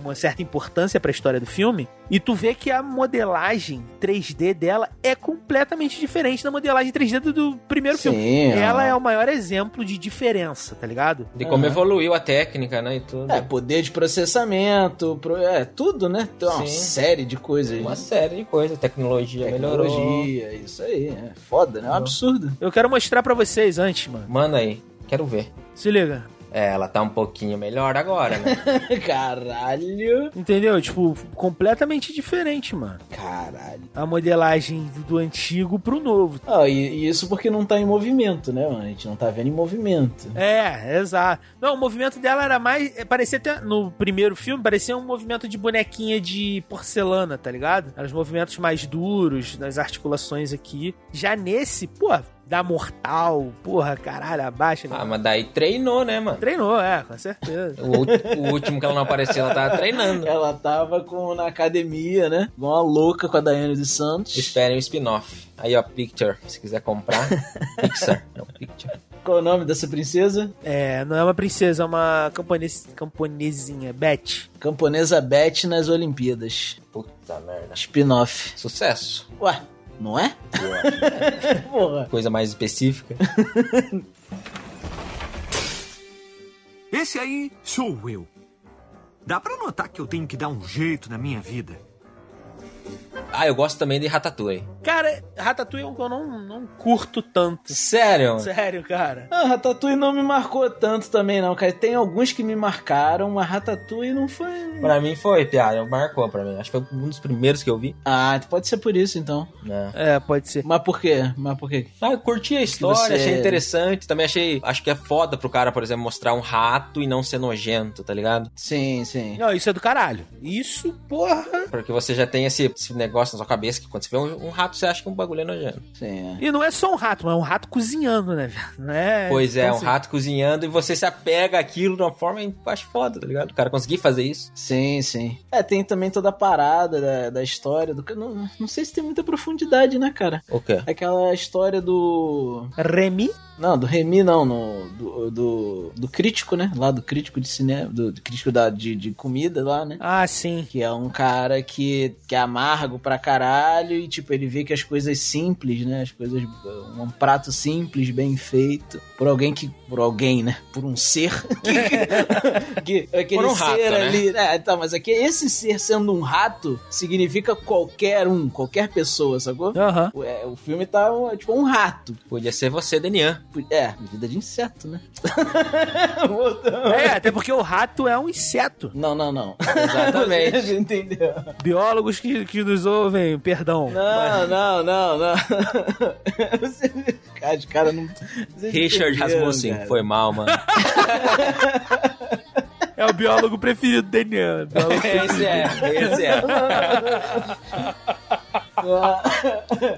D: uma certa importância pra história do filme. E tu vê que a modelagem 3D dela é completamente diferente da modelagem 3D do, do primeiro filme.
B: Sim.
D: Ela é o maior exemplo de diferença, tá ligado?
C: De como
B: Aham.
C: evoluiu a técnica, né? E tudo.
B: É, poder de processamento, pro- é tudo, né? Tem uma
C: Sim.
B: série de coisas.
C: Uma
B: né?
C: série de coisas. Tecnologia, melhorou.
B: Tecnologia, isso aí. É foda, né? É um absurdo.
D: Eu quero mostrar pra vocês antes, mano.
C: Manda aí. Quero ver.
D: Se liga.
C: É, ela tá um pouquinho melhor agora, né?
B: Caralho.
D: Entendeu? Tipo, completamente diferente, mano.
B: Caralho.
D: A modelagem do- do antigo pro novo.
B: Ah, e, e isso porque não tá em movimento, né, mano? A gente não tá vendo em movimento.
D: É, exato. Não, o movimento dela era mais. é, Parecia até. No primeiro filme, parecia um movimento de bonequinha de porcelana, tá ligado? Eram os movimentos mais duros, nas articulações aqui. Já nesse, pô. da mortal, porra, caralho, abaixa. né?
C: Ah, mas daí treinou, né, mano?
D: Treinou, é, com certeza.
C: O, ult- o último que ela não apareceu, ela tava treinando.
B: Ela tava com, na academia, né? Igual uma louca com a Daiane dos Santos.
C: Esperem o spin-off. Aí, ó, Picture. Se quiser comprar, Pixar. Não, Picture.
B: Qual o nome dessa princesa?
D: É, não é uma princesa, é uma camponês, camponesinha, Beth.
B: Camponesa Beth nas Olimpíadas.
C: Puta merda.
B: Spin-off.
C: Sucesso.
B: Ué, não é?
C: Eu acho.
B: Porra.
C: Coisa mais específica.
G: Esse aí sou eu. Dá pra notar que eu tenho que dar um jeito na minha vida.
C: Ah, eu gosto também de Ratatouille.
D: Cara, Ratatouille é um que eu não, não curto tanto.
C: Sério?
D: Sério, cara.
B: Ah, Ratatouille não me marcou tanto também, não, cara. Tem alguns que me marcaram, mas Ratatouille não foi.
C: Pra mim foi, Piara. Marcou pra mim. Acho que foi um dos primeiros que eu vi.
B: Ah, pode ser por isso então.
C: né?
D: É, pode ser.
B: Mas por quê? Mas por quê?
C: Ah, eu curti a
B: você-
C: história, achei interessante. Também achei. Acho que é foda pro cara, por exemplo, mostrar um rato e não ser nojento, tá ligado?
B: Sim, sim.
D: Não, isso é do caralho. Isso, porra.
C: Porque você já tem esse, esse negócio na sua cabeça que quando você vê um, um rato, você acha que um bagulho é nojento.
B: Sim, é.
D: E não é só um rato, mas é um rato cozinhando, né, velho? Não é-
C: pois é,
D: então,
C: um
D: assim,
C: rato cozinhando e você se apega àquilo de uma forma que eu acho foda, tá ligado? O cara conseguir fazer isso.
B: Sim, sim. É, tem também toda a parada da, da história. Do, não, não sei se tem muita profundidade, né, cara?
C: O quê?
B: Aquela história do.
D: Remy?
B: Não, do Remy, não. No, do, do, do crítico, né? Lá do crítico de cinema. Do, do crítico da, de, de comida lá, né?
D: Ah, sim.
B: Que é um cara que, que é amargo pra caralho e, tipo, ele vê que as coisas simples, né? As coisas. Um prato simples, bem feito. Por alguém que. Por alguém, né? Por um ser. que, que- aquele
C: Por um
B: ser
C: rato, né?
B: ali. É, tá, mas aqui, esse ser sendo um rato significa qualquer um, qualquer pessoa, sacou?
D: Aham.
B: O, é, o filme tá um- tipo um rato.
C: Podia ser você, Denian.
B: É, vida de inseto, né? Voltamos.
D: É, até porque o rato é um inseto.
B: Não, não, não.
C: Exatamente.
B: Entendeu?
D: Biólogos que, que nos ouvem, perdão.
B: Não, não, não, não. Você... Cara, os caras não. vocês
C: Richard
B: entenderam,
C: Rasmussen,
B: cara.
C: foi mal, mano.
D: É o biólogo preferido do Daniel. Biólogo-
C: esse é, esse é.
B: Ah,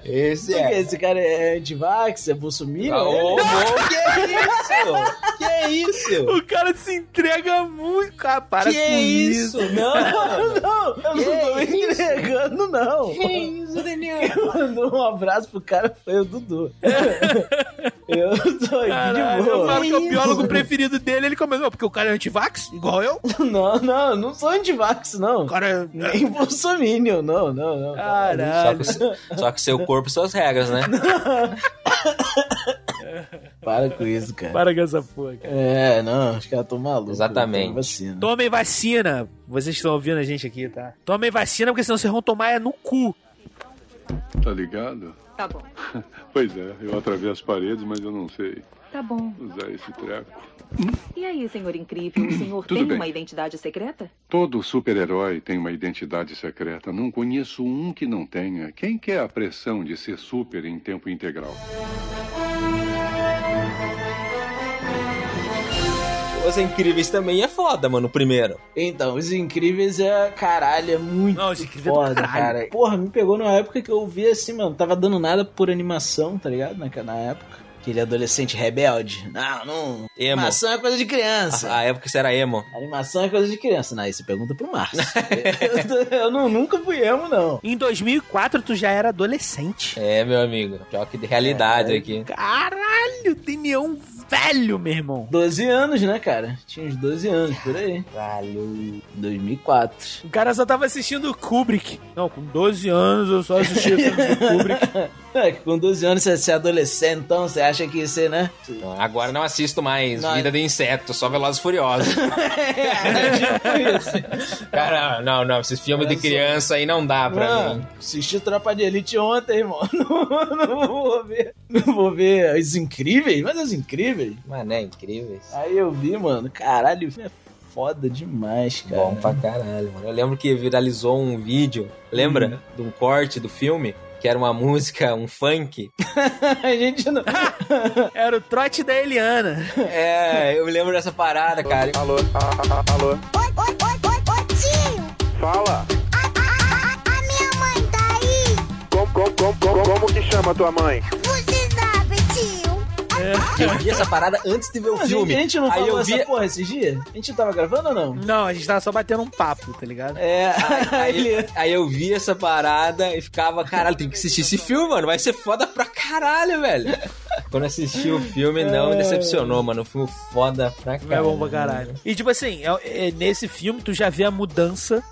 C: Esse
B: por quê?
C: é.
B: Esse cara é antivax, é bolsominion?
C: Ah, ô, ô, que é isso? Que é isso?
D: O cara se entrega muito, cara. Para
C: que
D: com
C: é isso? Não,
B: Não, eu não tô me entregando, não. Que isso, Daniel? Quem mandou um abraço pro cara foi o Dudu. eu tô aqui
D: Caralho,
B: de
D: eu
B: boa.
D: falo que é o
B: isso?
D: biólogo preferido dele, ele começou, porque o cara é antivax, igual eu.
B: Não, não, eu não sou antivax, não.
D: O cara é...
B: Nem bolsominion, não, não, não.
C: Só
D: Caralho.
C: que, o seu- só que o seu corpo e suas regras, né?
B: Para com isso, cara.
D: Para com essa porra, cara.
B: É, não, os caras tão malucos.
C: Exatamente.
B: toma Vacina.
D: Tomem vacina. Vocês que estão ouvindo a gente aqui, tá? Tomem vacina, porque senão vocês vão tomar é no cu.
H: Tá ligado?
I: Tá bom,
H: Pois é, eu atravesso as paredes, mas eu não sei
I: tá bom.
H: usar esse treco.
I: E aí, senhor incrível, o senhor
H: Tudo
I: tem
H: bem.
I: uma identidade secreta?
H: Todo super-herói tem uma identidade secreta. Não conheço um que não tenha. Quem quer a pressão de ser super em tempo integral?
C: Os incríveis também é foda, mano, o primeiro.
B: Então, Os Incríveis é, caralho, é muito
D: Não, Os Incríveis é do
B: foda,
D: caralho.
B: cara. Porra, me pegou numa época que eu vi assim, mano, tava dando nada por animação, tá ligado? Na, na época. Aquele adolescente rebelde. Não, não.
C: Emo.
B: Animação é coisa de criança.
C: A, a época que você era emo.
B: Animação é coisa de criança. Não, aí você pergunta pro Márcio. eu eu não, nunca fui emo, não.
D: Em 2004, tu já era adolescente.
C: É, meu amigo. Choque de
B: É,
C: realidade aqui.
D: Caralho, tem um velho, meu irmão.
B: 12 anos, né, cara? Tinha uns 12 anos, por aí. Caralho. 2004.
D: O cara só tava assistindo o Kubrick. Não, com 12 anos eu só assistia filmes do Kubrick.
B: É, que com 12 anos você você é adolescente, então você acha que você, né?
C: Então, Agora não assisto mais
B: Não. é-
C: Vida de Inseto, só Velozes e Furiosos. É
B: tipo isso.
C: Cara, não, não, esses filmes de criança aí não dá pra mim.
B: Mano, assisti Tropa de Elite ontem, irmão. Não, não vou ver. Não vou ver os incríveis, mas os incríveis.
C: Mano, é incrível. isso.
B: Aí eu vi, mano. Caralho, é foda demais, cara.
C: É Bom pra caralho, mano. Eu lembro que viralizou um vídeo,
B: Uhum.
C: lembra? De um corte do filme, que era uma música, um funk.
B: A gente não.
D: Era o trote da Eliana.
C: É, eu me lembro dessa parada, cara.
J: Alô, a- a- alô,
K: Oi, oi, oi, oi, oi, tio!
J: fala.
K: A, a, a, a minha mãe tá aí!
J: Como, como, como, como, como que chama tua mãe?
K: Você sabe, tio!
C: Eu vi essa parada antes de ver o
B: A
C: filme.
B: gente, a gente não
C: aí
B: falou
C: eu vi.
B: essa porra esses dias? A gente tava gravando ou não?
D: Não, a gente tava só batendo um papo, tá ligado?
B: É,
C: Aí,
B: aí,
C: aí eu vi essa parada e ficava, caralho, tem que assistir esse filme, mano. Vai ser foda pra caralho, velho. Quando assisti o filme, não me decepcionou, mano. Um filme foda pra
D: Vai
C: caralho.
D: é bom pra caralho. E tipo assim, é- é- nesse filme tu já vê a mudança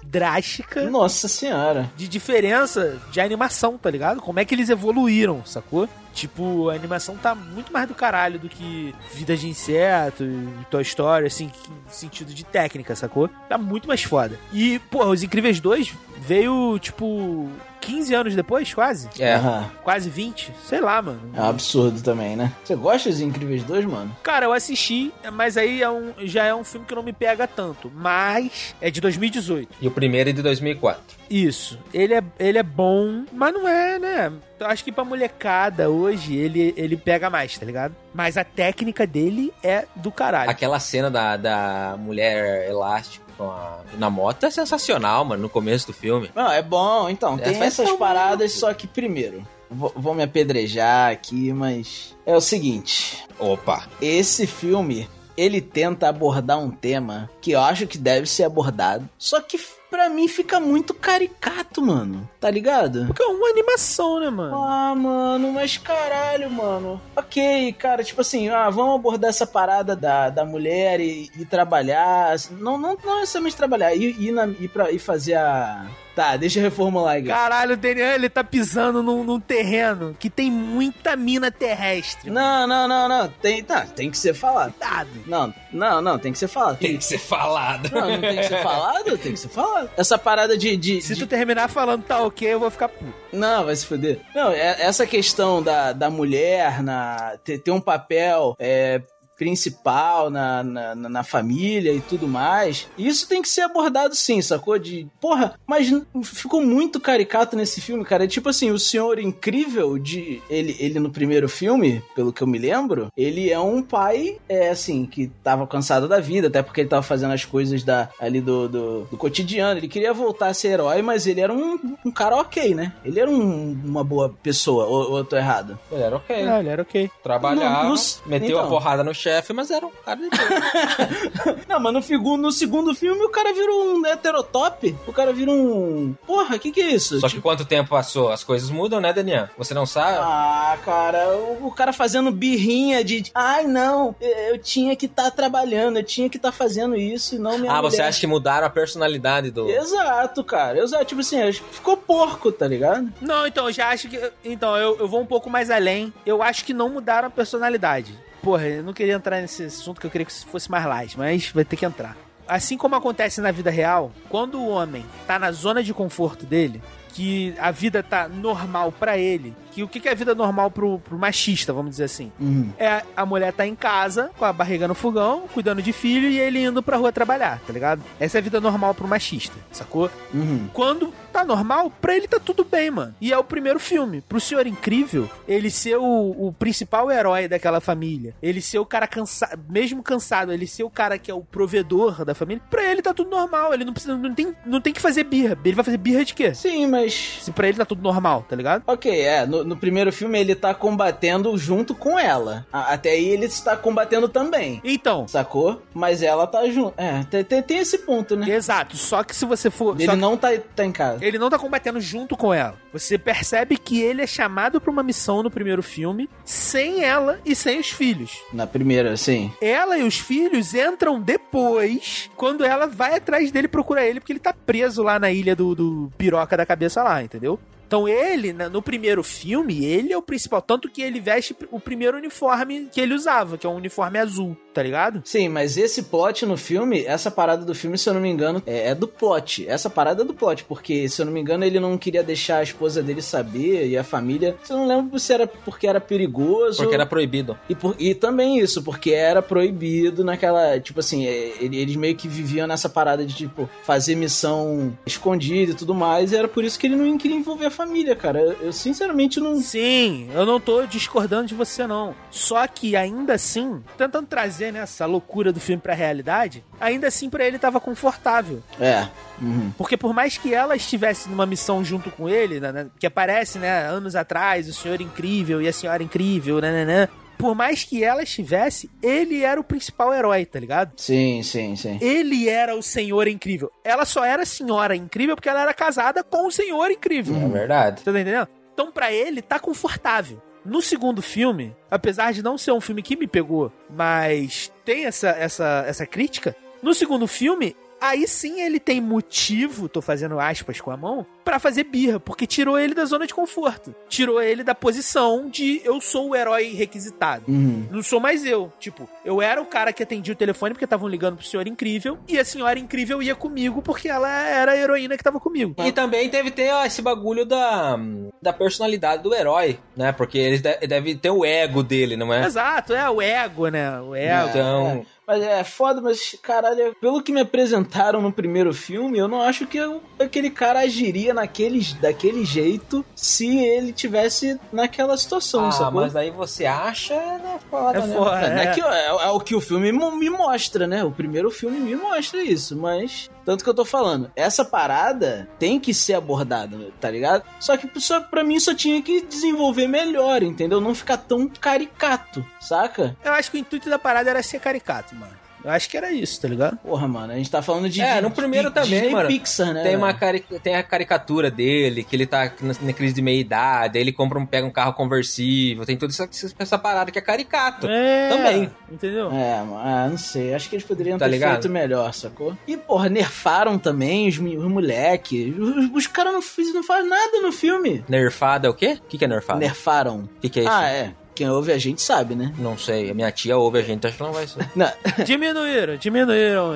D: drástica
B: Nossa senhora.
D: de diferença de animação, tá ligado? Como é que eles evoluíram, sacou? Tipo, a animação tá muito mais do caralho do que Vida de Inseto e Toy Story, assim, que- no sentido de técnica, sacou? Tá muito mais foda. E, porra, Os Incríveis 2 veio, tipo, 15 anos depois, quase?
C: É.
B: Aham.
D: Quase 20? Sei lá, mano.
B: Ah, É um absurdo também, né? Você gosta dos Incríveis 2, mano?
D: Cara, eu assisti, mas aí é um- já é um filme que não me pega tanto. Mas é de 2018.
C: E o primeiro é de 2004.
D: Isso. Ele é, ele é bom, mas não é, né? Eu acho que pra molecada hoje ele, ele pega mais, tá ligado? Mas a técnica dele é do caralho.
C: Aquela cena da, da mulher elástica com a- na moto é sensacional, mano, no começo do filme.
B: Não, é bom, então.
C: Essa
B: Tem
C: é
B: essas
C: tão
B: paradas,
C: maluco.
B: só que primeiro. vou- Vou me apedrejar aqui, mas. É o seguinte.
C: Opa.
B: esse filme ele tenta abordar um tema que eu acho que deve ser abordado, só que pra mim fica muito caricato, mano. Tá ligado?
D: Porque é uma animação, né, mano?
B: Ah, mano, mas caralho, mano. Ok, cara, tipo assim, ah, vamos abordar essa parada da, da mulher e, e trabalhar. assim, Não, não, não necessariamente trabalhar, e ir, na, ir, pra, ir fazer a. Tá, deixa eu reformular aqui.
D: Caralho, o Daniel, ele tá pisando num, num terreno que tem muita mina terrestre.
B: Não, não, não, não. Tem, tá, tem que ser falado.
D: Dado.
B: Não, não, não, tem que ser falado.
C: Tem que ser falado.
B: Não, não tem que ser falado, tem que ser falado. Essa parada de. de-
D: Se
B: de-
D: tu terminar falando tá ok, eu vou ficar puto.
B: Não, vai se fuder. Não, é- essa questão da, da mulher na ter, ter um papel é, principal na, na, na- na família e tudo mais, isso tem que ser abordado sim, sacou? De, porra, mas n- ficou muito caricato nesse filme, cara. É tipo assim, o senhor incrível de... Ele, ele no primeiro filme, pelo que eu me lembro, ele é um pai, é assim, que tava cansado da vida, até porque ele tava fazendo as coisas da, ali do, do, do cotidiano. Ele queria voltar a ser herói, mas ele era um, um cara ok, né? Ele era um- uma boa pessoa, ou, ou eu tô errado?
C: Ele era ok.
D: Caralho, era ok.
C: Trabalhava,
B: No- nos-
C: meteu
B: então.
C: a porrada no chefe, mas era um cara de boa.
B: Não, mas no, figu- no segundo filme o cara vira um heterotop. O cara vira um. Porra, o que, que é isso?
C: Só que quanto tempo passou? As coisas mudam, né, Daniel? Você não sabe?
B: Ah, cara, o, o cara fazendo birrinha de. Ai, não, eu, eu tinha que estar trabalhando, eu tinha que estar fazendo isso e não minha
C: Ah, você
B: mulher."
C: acha que mudaram a personalidade do.
B: Exato, cara. Exato. Tipo assim, acho que ficou porco, tá ligado?
D: Não, então, eu já acho que. Então, eu, eu vou um pouco mais além. Eu acho que não mudaram a personalidade. Porra, eu não queria entrar nesse assunto que eu queria que isso fosse mais light, mas vai ter que entrar. Assim como acontece na vida real, quando o homem tá na zona de conforto dele, que a vida tá normal pra ele, que o que que é a vida normal pro, pro machista, vamos dizer assim? É a mulher tá em casa, com a barriga no fogão, cuidando de filho e ele indo pra rua trabalhar, tá ligado? Essa é a vida normal pro machista, sacou?
B: Uhum.
D: quando tá normal, pra ele tá tudo bem, mano. E é o primeiro filme. Pro Senhor Incrível, ele ser o, o principal herói daquela família, ele ser o cara cansado, mesmo cansado, ele ser o cara que é o provedor da família, pra ele tá tudo normal. Ele não precisa, não tem, não tem que fazer birra. Ele vai fazer birra de quê?
B: Sim, mas.
D: Se pra ele tá tudo normal, tá ligado?
B: Ok, é. No, no primeiro filme ele tá combatendo junto com ela. A- até aí ele está combatendo também.
D: Então,
B: Sacou? Mas ela tá junto. É, tem, tem- tem esse ponto, né?
D: exato. Só que se você for.
B: Ele
D: só que-
B: não tá, tá em casa.
D: Ele não tá combatendo junto com ela. Você percebe que ele é chamado pra uma missão no primeiro filme, sem ela e sem os filhos.
B: Na primeira, sim.
D: Ela e os filhos entram depois, quando ela vai atrás dele procurar ele, porque ele tá preso lá na ilha do, do piroca da cabeça lá, entendeu? Então ele, na- no primeiro filme, ele é o principal. Tanto que ele veste o primeiro uniforme que ele usava, que é um uniforme azul, tá ligado?
B: Sim, mas esse plot no filme, essa parada do filme, se eu não me engano, é, é do plot. Essa parada é do plot, porque, se eu não me engano, ele não queria deixar a esposa dele saber e a família. Se eu não lembro se era porque era perigoso.
C: Porque era proibido.
B: E, por- e também isso, porque era proibido naquela. Tipo assim, é, ele- eles meio que viviam nessa parada de, tipo, fazer missão escondida e tudo mais. E era por isso que ele não queria envolver a família, cara. Eu, eu, sinceramente não.
D: Sim, eu não tô discordando de você, não. Só que ainda assim, tentando trazer né, essa loucura do filme pra realidade, ainda assim pra ele tava confortável.
B: É. Uhum.
D: Porque por mais que ela estivesse numa missão junto com ele, né, né, que aparece, né, anos atrás, o senhor incrível e a senhora incrível, né, né, né, por mais que ela estivesse, ele era o principal herói, tá ligado?
B: Sim, sim, sim.
D: Ele era o senhor incrível. Ela só era senhora incrível porque ela era casada com o senhor incrível.
C: É verdade.
D: Você tá entendendo? Então, pra ele, tá confortável. No segundo filme, apesar de não ser um filme que me pegou, mas tem essa, essa, essa crítica, no segundo filme, aí sim ele tem motivo, tô fazendo aspas com a mão, pra fazer birra, porque tirou ele da zona de conforto. Tirou ele da posição de eu sou o herói requisitado.
B: Uhum.
D: Não sou mais eu. Tipo, eu era o cara que atendia o telefone porque estavam ligando pro senhor incrível, e a senhora incrível ia comigo porque ela era a heroína que tava comigo.
C: E também deve ter ó, esse bagulho da, da personalidade do herói, né? Porque eles de, deve ter o ego dele, não é?
D: Exato, é o ego, né? O
B: É.
D: ego.
C: Então,
B: Mas é foda, mas caralho, pelo que me apresentaram no primeiro filme, eu não acho que eu- aquele cara agiria naquele, daquele jeito se ele tivesse naquela situação,
C: ah,
B: sacou?
C: mas aí você acha, né? Foda,
D: É
C: né?
D: foda,
B: É, não é
D: é.
B: que- é- é o que o filme mo- me mostra, né? O primeiro filme me mostra isso, mas. Tanto que eu tô falando, essa parada tem que ser abordada, tá ligado? Só que só, pra mim só tinha que desenvolver melhor, entendeu? Não ficar tão caricato, saca?
D: Eu acho que o intuito da parada era ser caricato, mano. Eu acho que era isso, tá ligado?
B: Porra, mano, a gente tá falando de.
C: É,
B: de-
C: no primeiro
B: de-
C: também,
B: Disney
C: mano.
B: Pixar, né?
C: Tem, uma cari- tem a caricatura dele, que ele tá na, na crise de meia-idade, aí ele compra um, pega um carro conversível, tem toda essa, essa parada que é caricato.
D: É,
C: Também.
D: Entendeu?
B: É, mano, ah, não sei. Acho que eles poderiam
C: Tá
B: ter
C: ligado?
B: feito melhor, sacou? E, porra, nerfaram também os, me- os moleques. Os, os caras não, fiz- não fazem nada no filme.
C: Nerfado é o quê? O que, que é nerfado? O
B: Nerfaram.
C: que, que é isso?
B: Ah, é. Quem ouve a gente sabe, né?
C: Não sei, a minha tia ouve a gente, acho que ela não vai saber.
B: Não,
D: Diminuíram, diminuíram.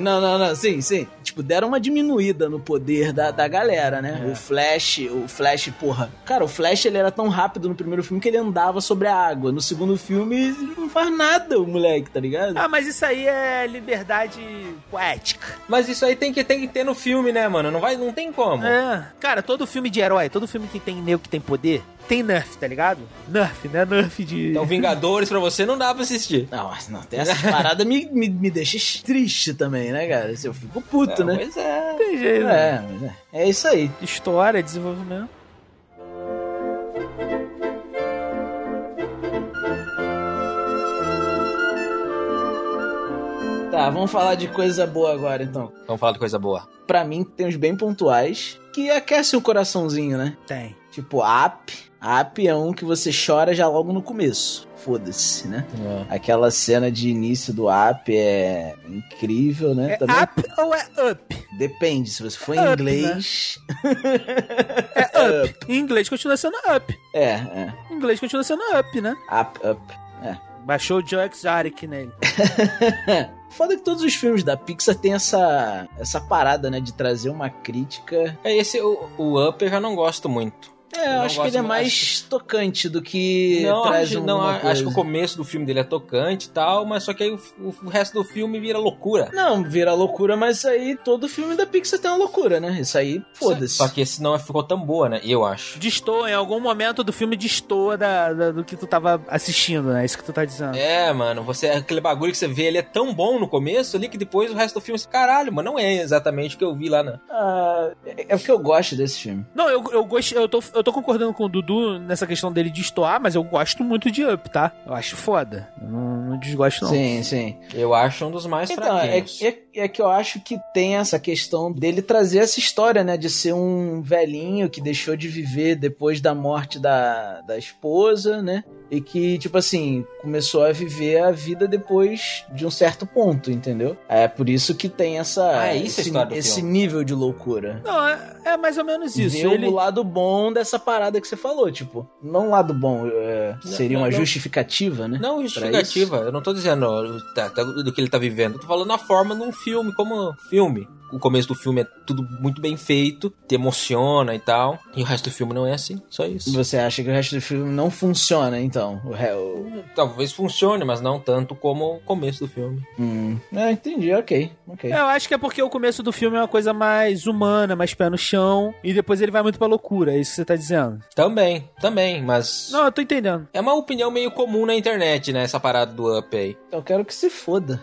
B: não, não, não, sim, sim. Tipo, deram uma diminuída no poder da, da galera, né?
C: É.
B: O Flash, o Flash, porra. Cara, o Flash ele era tão rápido no primeiro filme que ele andava sobre a água. No segundo filme, ele não faz nada o moleque, tá ligado?
D: ah, mas isso aí é liberdade poética.
C: Mas isso aí tem que, tem que ter no filme, né, mano? Não, vai, não tem como.
D: É. Cara, todo filme de herói, todo filme que tem nego que tem poder, tem nerf, tá ligado? Nerf, né? Nerf de.
C: Então, Vingadores pra você não dá pra assistir.
B: Não, mas não, tem essas paradas me, me, me deixa triste também, né, cara? Eu fico puto,
C: É,
B: né?
C: Pois é.
D: Tem jeito, né?
B: É, mas é. é isso aí.
D: História, desenvolvimento.
B: Tá, vamos falar de coisa boa agora, então.
C: Vamos falar de coisa boa.
B: Pra mim, tem uns bem pontuais que aquecem o coraçãozinho, né?
D: Tem.
B: Tipo, app. App é um que você chora já logo no começo. Foda-se, né? Aquela cena de início do app é incrível, né?
D: É
B: Também
D: up ou é up?
B: depende, se você for em
D: Up,
B: inglês.
D: É up. Em inglês continua sendo up.
B: É, é.
D: Em inglês continua sendo up, né?
B: Up, up.
D: Baixou o Joe Exotic nele.
B: Foda que todos os filmes da Pixar tem essa, essa parada, né? De trazer uma crítica.
C: É, esse, o, o Up eu já não gosto muito.
B: É,
C: Eu
B: eu
C: não
B: acho que ele é
C: gosto,
B: mais tocante do que
C: não,
B: traz
C: acho,
B: um.
C: não,
B: coisa.
C: acho que o começo do filme dele é tocante e tal, mas só que aí o, o- o resto do filme vira loucura.
B: Não, vira loucura, mas aí todo filme da Pixar tem uma loucura, né? Isso aí, foda-se.
C: Só que esse não ficou tão boa, né? Eu acho.
D: Destoa, em algum momento do filme destoa da, da- do que tu tava assistindo, né? Isso que tu tá
B: Ah.
D: dizendo.
C: É, mano, você aquele bagulho que você vê ele é tão bom no começo ali que depois o resto do filme, você, caralho, mano, não é exatamente o que eu vi lá na.
B: Ah, é é porque eu gosto desse filme.
D: Não, eu, eu, gosto, eu, tô, eu tô concordando com o Dudu nessa questão dele destoar, mas eu gosto muito de Up, tá? Eu acho foda. Eu não, não desgosto, não.
B: Sim, sim.
C: Eu acho um dos mais
B: Então, é,
C: fraquinhos.
B: é- é que eu acho que tem essa questão dele trazer essa história, né? De ser um velhinho que deixou de viver depois da morte da, da esposa, né? E que, tipo assim, começou a viver a vida depois de um certo ponto, entendeu? É por isso que tem essa,
C: Ah, é
B: esse,
C: isso a história do
B: esse
C: filme.
B: nível de loucura.
D: Não, é, é mais ou menos isso.
B: Ver
D: Ele,
B: o lado bom dessa parada que você falou, tipo, não o lado bom, é,
C: Não,
B: seria
C: não,
B: uma
C: não.
B: justificativa, né?
C: Não, justificativa. Eu não tô dizendo ó, o- tá, tá, do que ele tá vivendo. Eu tô falando a forma de um filme, como filme. O começo do filme é tudo muito bem feito, te emociona e tal. E o resto do filme não é assim, só isso.
B: Você acha que o resto do filme não funciona, então? O ré- o-
C: Talvez funcione, mas não tanto como o começo do filme.
B: Hum. É, entendi, ok. ok.
D: Eu acho que é porque o começo do filme é uma coisa mais humana, mais pé no chão, e depois ele vai muito pra loucura, é isso que você tá dizendo.
C: Também, também, mas.
D: Não, eu tô entendendo.
C: É uma opinião meio
B: Então
C: comum na internet, né? Essa parada do up aí.
B: Eu quero que se foda.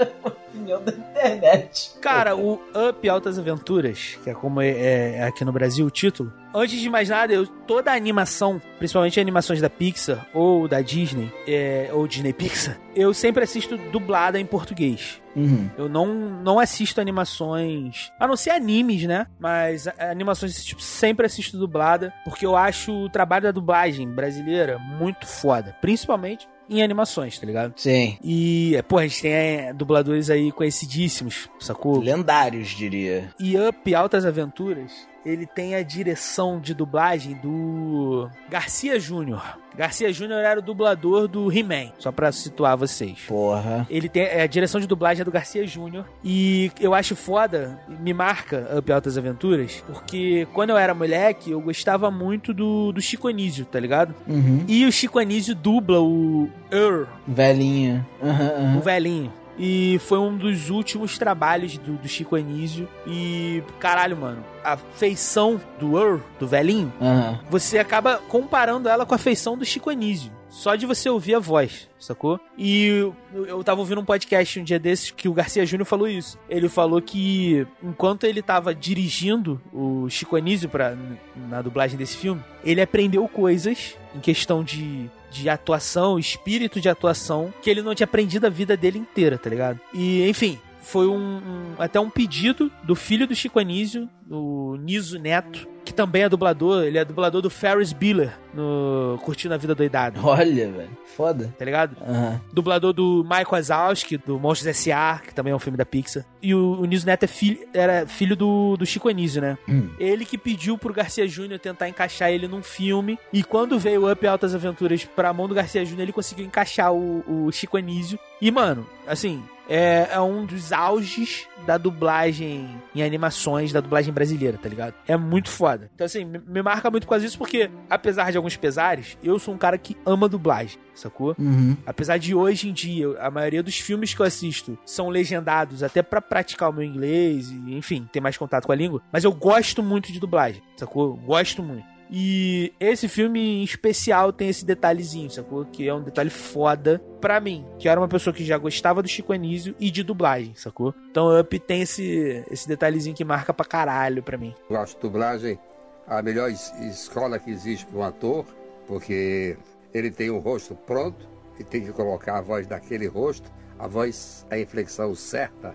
B: é opinião da internet.
D: Cara, o Up Altas Aventuras, que é como é, é aqui no Brasil o título, antes de mais nada, eu, toda a animação, principalmente animações da Pixar ou da Disney, é, ou Disney Pixar, eu sempre assisto dublada em português.
E: Uhum.
D: Eu não, não assisto animações, a não ser animes, né? Mas a- animações desse tipo sempre assisto dublada, porque eu acho o trabalho da dublagem brasileira muito foda, principalmente em animações, tá ligado?
B: Sim.
D: E, é, porra, a gente tem é, dubladores aí conhecidíssimos, sacou?
B: Lendários, diria.
D: E Up Altas Aventuras, ele tem a direção de dublagem do Garcia Júnior. Garcia Júnior era o dublador do He-Man, só pra situar vocês.
B: Porra.
D: Ele tem é, a direção de dublagem é do Garcia Júnior e eu acho foda, me marca Up Altas Aventuras, porque quando eu era moleque, eu gostava muito do, do Chico Anísio, tá ligado?
B: Uhum.
D: E o Chico Anísio dubla o Earl,
B: Velhinha. Aham,
D: o
B: aham.
D: velhinho. E foi um dos últimos trabalhos do, do Chico Anísio. E, caralho, mano, a feição do Earl, do velhinho,
B: Aham.
D: você acaba comparando ela com a feição do Chico Anísio. Só de você ouvir a voz, sacou? E eu, eu tava ouvindo um podcast um dia desses que o Garcia Júnior falou isso. Ele falou que enquanto ele tava dirigindo o Chico Anísio pra, na dublagem desse filme, ele aprendeu coisas em questão de, de atuação, espírito de atuação, que ele não tinha aprendido a vida dele inteira, tá ligado? E, enfim, foi um, um- até um pedido do filho do Chico Anísio, o Niso Neto, que também é dublador, ele é dublador do Ferris Bueller no Curtindo a Vida Doidado.
B: Olha, velho. Foda.
D: Tá ligado?
B: Aham.
D: Dublador do Michael Wazowski, do Monstros S.A., que também é um filme da Pixar. E o, o Niso Neto é filho, era filho do, do Chico Anísio, né?
E: Hum.
D: Ele que pediu pro Garcia Júnior tentar encaixar ele num filme. E quando veio Up Altas Aventuras pra mão do Garcia Júnior, ele conseguiu encaixar o, o Chico Anísio. E, mano, assim, é, é um dos auges da dublagem em animações, da dublagem brasileira, tá ligado? É muito foda. Então, assim, me, me marca muito por causa disso, porque, apesar de alguns pesares, eu sou um cara que ama dublagem, sacou?
E: Uhum.
D: Apesar de hoje em dia a maioria dos filmes que eu assisto são legendados até pra praticar o meu inglês e, enfim, ter mais contato com a língua, mas eu gosto muito de dublagem, sacou? Gosto muito. E esse filme em especial tem esse detalhezinho, sacou? Que é um detalhe foda pra mim, que era uma pessoa que já gostava do Chico Anísio e de dublagem, sacou? Então Up tem esse, esse detalhezinho que marca pra caralho pra mim.
J: Eu acho dublagem a melhor es- escola que existe para um ator, porque ele tem o rosto pronto e tem que colocar a voz daquele rosto, a voz, a inflexão certa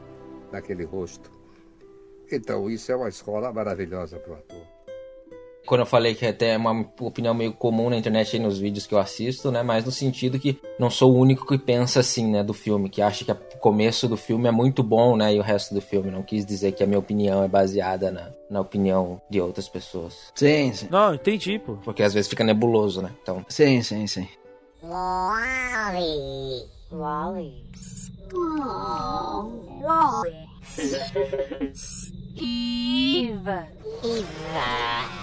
J: daquele rosto. Então, isso é uma escola maravilhosa para o ator.
C: Quando eu falei que até é uma opinião meio comum na internet aí nos vídeos que eu assisto, né? Mas no sentido que não sou o único que pensa assim, né? Do filme, que acha que a- o começo do filme é muito bom, né? E o resto do filme. Não quis dizer que a minha opinião é baseada na, na opinião de outras pessoas.
B: Sim, sim.
D: Não, entendi, pô.
C: Porque às vezes fica nebuloso, né? Então.
B: Sim, sim, sim.
K: Wally. Wally. Wally. Eva. Eva.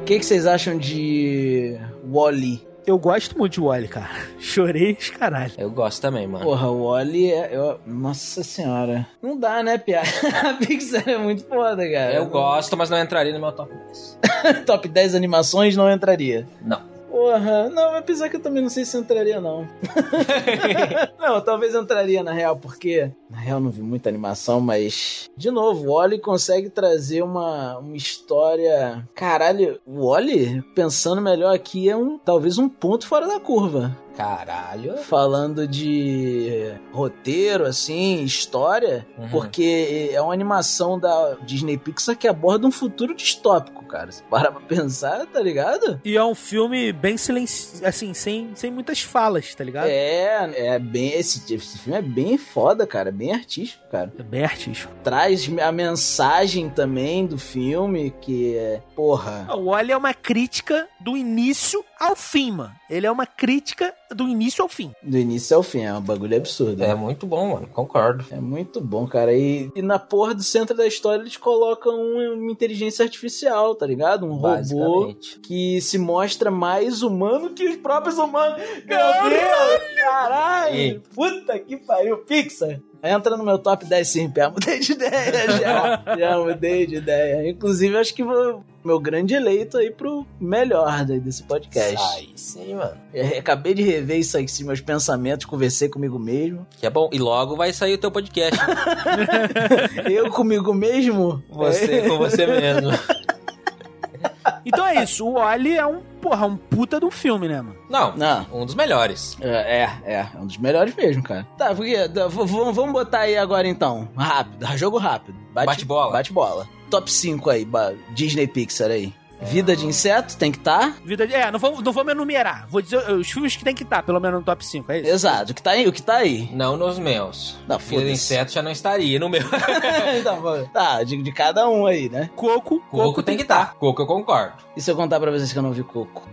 B: O que, que vocês acham de Wally?
D: Eu gosto muito de Wally, cara. Chorei os caralho.
C: Eu gosto também, mano.
B: Porra, o Wally é. eu- Nossa senhora. Não dá, né, piada? A Pixar é muito foda, cara.
C: Eu gosto, mas não entraria no meu top 10.
B: Top 10 animações não entraria.
C: Não.
B: Porra, não, apesar que eu também não sei se entraria, não. não, talvez entraria na real, porque na real não vi muita animação, mas. De novo, o Wally consegue trazer uma, uma história. Caralho, o Wally, pensando melhor aqui, é um talvez um ponto fora da curva.
C: Caralho.
B: Falando de roteiro, assim, história,
C: Uhum.
B: porque é uma animação da Disney Pixar que aborda um futuro distópico, cara. Se parar pra pensar, tá ligado?
D: E é um filme bem silencioso, assim, sem, sem muitas falas, tá ligado?
B: É, é bem. Esse, esse filme é bem foda, cara. Bem artístico, cara.
D: É bem artístico.
B: Traz a mensagem também do filme, que é. Porra.
D: O Wally é uma crítica do início ao fim, mano. Ele é uma crítica do início ao fim.
B: Do início ao fim, é um bagulho absurdo.
C: É
B: né?
C: muito bom, mano. Concordo.
B: É muito bom, cara. E, e na porra do centro da história eles colocam um- uma inteligência artificial, tá ligado? Um robô
C: Basicamente.
B: que se mostra mais humano que os próprios humanos. Meu Deus! Caralho!
C: Sim.
B: Puta que pariu, Pixar! Entra no meu top 10 sim, Pé. Mudei de ideia já. já mudei de ideia. Inclusive, acho que vou, meu grande eleito aí pro melhor daí desse podcast.
C: Aí sim, mano.
B: Eu acabei de rever isso aí, esses meus pensamentos, conversei comigo mesmo.
C: Que é bom. E logo vai sair o teu podcast.
B: Eu comigo mesmo?
C: Você com você mesmo.
D: Então é isso, o Oli é um, porra, um puta de um filme, né, mano?
C: Não, um dos melhores.
B: É, é, é, é um dos melhores mesmo, cara. Tá, porque tá, v- v- vamos botar aí agora então, rápido, jogo rápido.
C: Bate bola.
B: Bate bola. Top 5 aí, ba- Disney Pixar aí. Vida de inseto tem que tá. estar.
D: Vida de... É, não vamos, não vamos enumerar. Vou dizer eh, os filmes que tem que estar, pelo menos no top 5, é isso?
B: Exato, o que tá aí, o que tá aí.
C: Não nos meus.
B: Não,
C: Vida do
B: foda-se.
C: inseto já não estaria no meu.
B: Tá bom. tá, de, de cada um aí, né?
D: Coco.
C: Coco, tem que
B: tá.
C: estar. Coco eu concordo.
B: E se eu contar pra vocês que eu não vi Coco?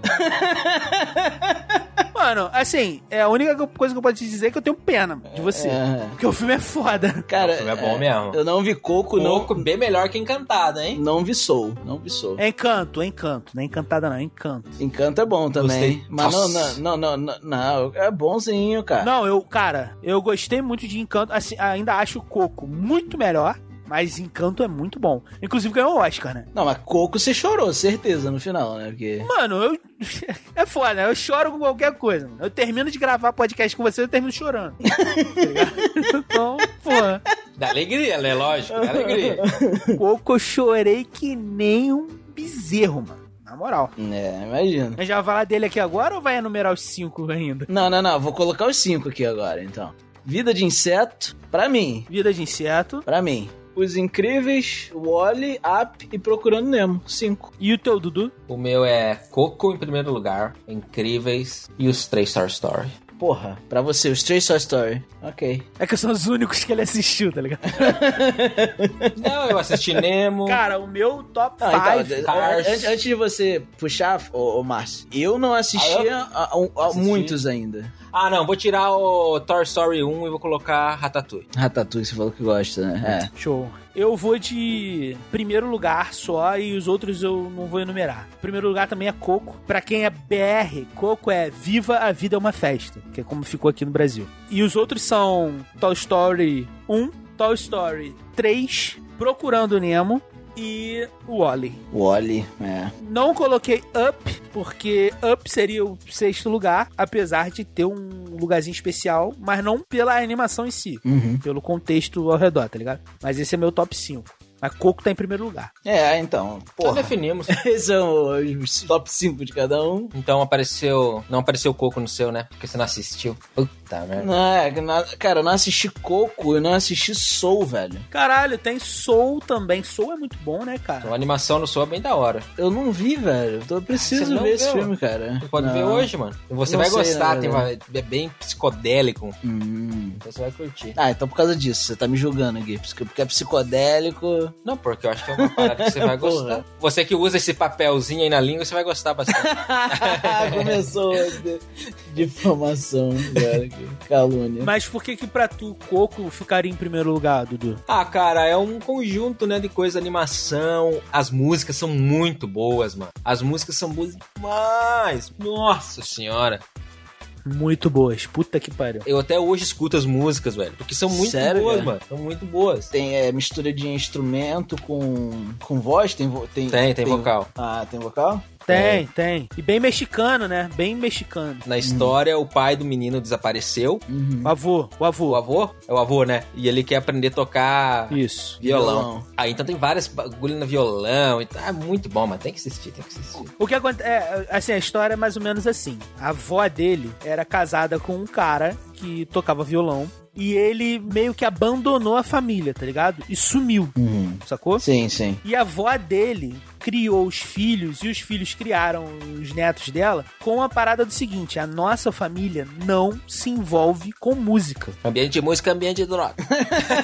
D: Mano, assim, é a única co- coisa que eu posso te dizer é que eu tenho pena de você.
B: É.
D: Porque o filme é foda.
B: Cara,
C: O filme é bom mesmo.
B: eu não vi Coco,
C: Coco bem melhor que Encantado, hein?
B: não, não vi Soul, não vi Soul.
D: É encanto, é encanto. Não é encantada, não, é encanto.
B: Encanto é bom também.
C: Gostei.
B: Mas não,
C: Nossa.
B: não, não, não, não, é bonzinho, cara.
D: Não, eu, cara, eu gostei muito de encanto. Assim, ainda acho o coco muito melhor. Mas Encanto é muito bom. Inclusive ganhou o Oscar, né?
B: Não, mas Coco você chorou, certeza, no final, né? Porque.
D: Mano, eu. É foda, eu choro com qualquer coisa. mano. Eu termino de gravar podcast com você, eu termino chorando. Tá ligado? então, porra.
C: Dá alegria, né? Lógico, dá alegria.
D: Coco, eu chorei que nem um bezerro, mano. Na moral.
B: É, imagina.
D: A gente vai falar dele aqui agora ou vai enumerar os cinco ainda?
B: Não, não, não, vou colocar os cinco aqui agora, então. Vida de inseto, pra mim,
D: Vida de inseto.
B: pra mim. Os Incríveis, Wally, Up e Procurando Nemo. Cinco.
D: E o teu, Dudu?
C: O meu é Coco em primeiro lugar, Incríveis e os três Star Story.
B: Porra, pra você, os três só story. Ok.
D: É que são os únicos que ele assistiu, tá ligado?
C: Não, eu assisti Nemo.
D: Cara, o meu top
B: Não, então,
D: five.
B: an-
C: Cars.
B: an- antes de você puxar, ô, ô Márcio, eu não
C: Ah, eu-
B: assistia a, um, a- a
C: Assisti.
B: muitos ainda.
C: Ah, não, vou tirar o Toy Story 1 e vou colocar Ratatouille.
B: Ratatouille, você falou que gosta, né?
D: Show. Eu vou de primeiro lugar só e os outros eu não vou enumerar. Primeiro lugar também é Coco. Pra quem é BR, Coco é Viva a Vida é uma Festa, que é como ficou aqui no Brasil. E os outros são Toy Story 1, Toy Story 3, Procurando Nemo e Wally.
B: É. Wally, é.
D: Não coloquei Up, porque Up seria o sexto lugar, apesar de ter um lugarzinho especial, mas não pela animação em si
B: Uhum.
D: pelo contexto ao redor, tá ligado? Mas esse é meu top 5. Mas Coco tá em primeiro lugar.
B: É, então,
C: Então
B: porra.
C: definimos.
B: Esses são os é top 5 de cada um.
C: Então apareceu. Não apareceu Coco no seu, né? Porque você não assistiu. Puta merda.
B: Não, é, que na- cara, eu não assisti Coco, eu não assisti Soul, velho.
D: Caralho, tem Soul também. Soul é muito bom, né,
C: Então, a
D: cara?
C: animação no seu é bem da hora.
B: Eu não vi, velho. Então eu
C: Ah, Você
B: preciso
C: não
B: ver esse
C: viu?
B: filme, cara.
C: Você pode
B: Não.
C: ver hoje, mano. E Você
B: Não
C: vai
B: sei,
C: gostar,
B: né,
C: tem uma- é bem psicodélico.
B: Hum.
C: Então você vai curtir.
B: Ah, então por causa disso, você tá me julgando aqui. Porque porque é psicodélico.
C: Não, porque eu acho que é uma parada que você vai gostar. Você que usa esse papelzinho aí na língua, você vai gostar bastante.
B: Começou de difamação, cara. que Calúnia.
D: Mas por que que pra tu Coco ficaria em primeiro lugar, Dudu?
C: ah, cara, é um conjunto, né, de coisa, animação. As músicas são muito boas, mano. As músicas são boas demais. Nossa senhora.
D: Muito boas. Puta que pariu.
C: Eu até hoje escuto as músicas, velho. Porque são muito
B: Sério,
C: boas,
B: cara?
C: mano. São muito boas.
B: Tem é, mistura de instrumento com, com voz? Tem, vo- tem,
C: Tem, tem vocal.
B: Ah, tem vocal?
D: Tem, tem. E bem mexicano, né? Bem mexicano.
C: Na história, o pai do menino desapareceu.
D: O avô, o
C: O
D: avô.
C: avô? É o avô, né? E ele quer aprender a tocar
D: Isso.
C: violão.
B: Violão.
C: Ah, então tem várias bagulho no violão. E tá é muito bom, mas tem que assistir, tem que assistir.
D: O que acontece. É, assim, a história é mais ou menos assim. A avó dele era casada com um cara que tocava violão. E ele meio que abandonou a família, tá ligado? E sumiu,
B: Uhum.
D: sacou?
B: Sim, sim.
D: E a avó dele criou os filhos e os filhos criaram os netos dela com a parada do seguinte: a nossa família não se envolve com música.
C: Ambiente de música, ambiente de droga.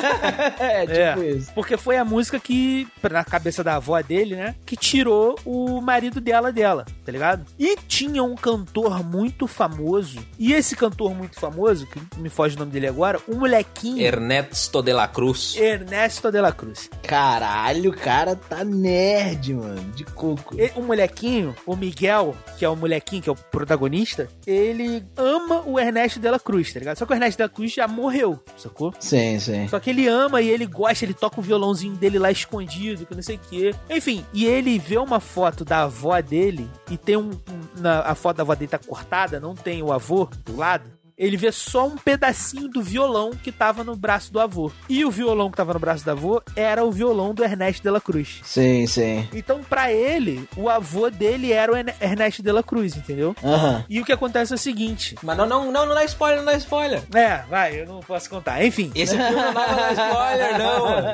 B: É, tipo
D: É.
B: isso.
D: Porque foi a música que, na cabeça da avó dele, né? Que tirou o marido dela dela, tá ligado? E tinha um cantor muito famoso. E esse cantor muito famoso, que me foge o nome dele agora, o molequinho.
C: Er- Ernesto de la Cruz.
D: Ernesto de la Cruz.
B: Caralho, o cara tá nerd, mano. mano. De coco.
D: E- O molequinho, o Miguel, que é o molequinho, que é o protagonista, ele ama o Ernesto Dela Cruz, tá ligado? Só que o Ernesto Dela Cruz já morreu, sacou?
B: Sim, sim.
D: Só que ele ama e ele gosta, ele toca o violãozinho dele lá escondido, que não sei o quê. Enfim, e ele vê uma foto da avó dele e tem um. um- na- a foto da avó dele tá cortada, não tem o avô do lado. Ele vê só um pedacinho do violão que tava no braço do avô. E o violão que tava no braço do avô era o violão do Ernesto Dela Cruz.
B: Sim, sim.
D: Então, pra ele, o avô dele era o Erne- Ernesto de la Cruz, entendeu?
B: Aham.
D: E o que acontece é o seguinte.
C: Mas não, não, não, não dá spoiler, não dá spoiler.
D: É, vai, eu não posso contar. Enfim.
C: Esse filme não dá, não dá spoiler, não. mano.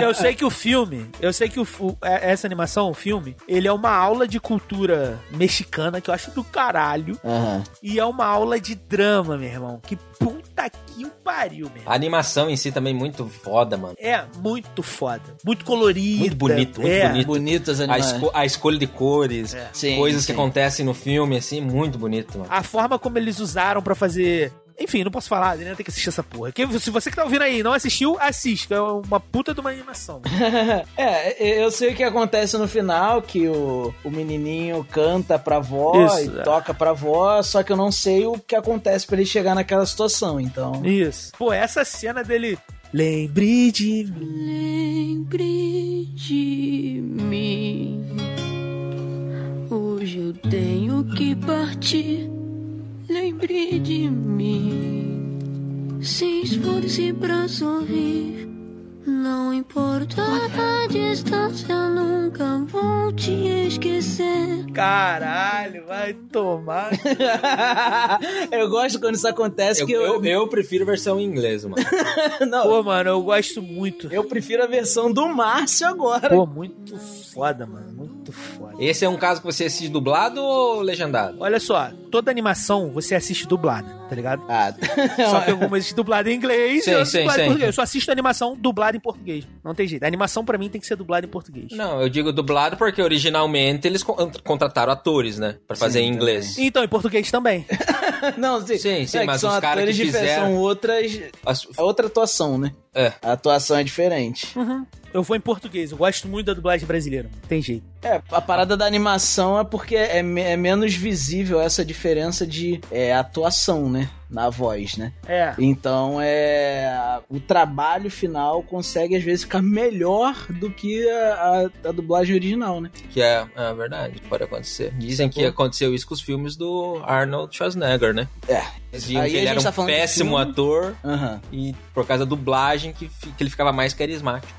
D: Eu sei que o filme, eu sei que o, o- é- essa animação, o filme, ele é uma aula de cultura mexicana que eu acho do caralho.
B: Aham.
D: E é uma aula de drama, meu irmão. Que puta que o pariu, meu irmão.
C: A animação em si também é muito foda, mano.
D: É muito foda. Muito colorido.
C: Muito bonito, muito
D: é.
C: bonito.
B: Bonitas
C: A,
B: animais.
C: esco- a escolha de cores,
B: Sim,
C: coisas
B: sim.
C: que acontecem no filme, assim, muito bonito, mano.
D: A forma como eles usaram pra fazer. Enfim, não posso falar, né? Tem que assistir essa porra. Quem- se você que tá ouvindo aí e não assistiu, assista. É uma puta de uma animação.
B: é, eu sei o que acontece no final, que o, o menininho canta pra vó
D: Isso,
B: e
D: é.
B: toca pra vó, só que eu não sei o que acontece pra ele chegar naquela situação, então...
D: Isso. Pô, essa cena dele. Lembre de mim.
L: Lembre de mim. Hoje eu tenho que partir. Lembre de mim. Se esforce pra sorrir. Não importa a distância, nunca vou te esquecer.
D: Caralho, vai tomar.
B: eu gosto quando isso acontece,
C: Eu,
B: que eu...
C: eu, eu prefiro versão em inglês, mano.
B: não,
D: Pô, mano, eu gosto muito.
B: eu prefiro a versão do Márcio agora.
D: Pô, muito foda, mano. Muito foda.
C: Esse é um caso que você assiste dublado ou legendado?
D: Olha só, toda animação você assiste dublada, tá ligado?
B: Ah,
D: Só que algumas existe dublada em inglês
C: Sim,
D: e
C: sim,
D: outras dublada em
C: sim.
D: português. Eu só assisto animação dublada em português. Não tem jeito. A animação pra mim tem que ser dublada em português.
C: Não, eu digo dublado porque originalmente eles con- contrataram atores, né? Pra fazer em inglês.
D: Então, em português também.
B: não, sim,
C: Sim, sim,
B: é que
C: mas
B: são
C: os caras que
B: atores diferentes,
C: fizeram.
B: São outras...
C: as-
B: É outra atuação, né?
C: É.
B: A atuação é diferente.
D: Eu vou em português. Eu gosto muito da dublagem brasileira. mano. Tem jeito.
B: É, a parada da animação é porque é, me- é menos visível essa diferença de é, atuação, né? Na voz, né?
D: É.
B: Então é. a- O trabalho final consegue, às vezes, ficar melhor do que a, a- a dublagem original, né?
C: Que é, é verdade, pode acontecer. Dizem que aconteceu isso com os filmes do Arnold Schwarzenegger, né?
B: É.
C: Eles diziam
B: Aí
C: que
B: a
C: ele
B: gente
C: era um
B: tá falando de
C: péssimo
B: filme.
C: ator
B: Aham.
C: e por causa da dublagem que, fi- que ele ficava mais carismático.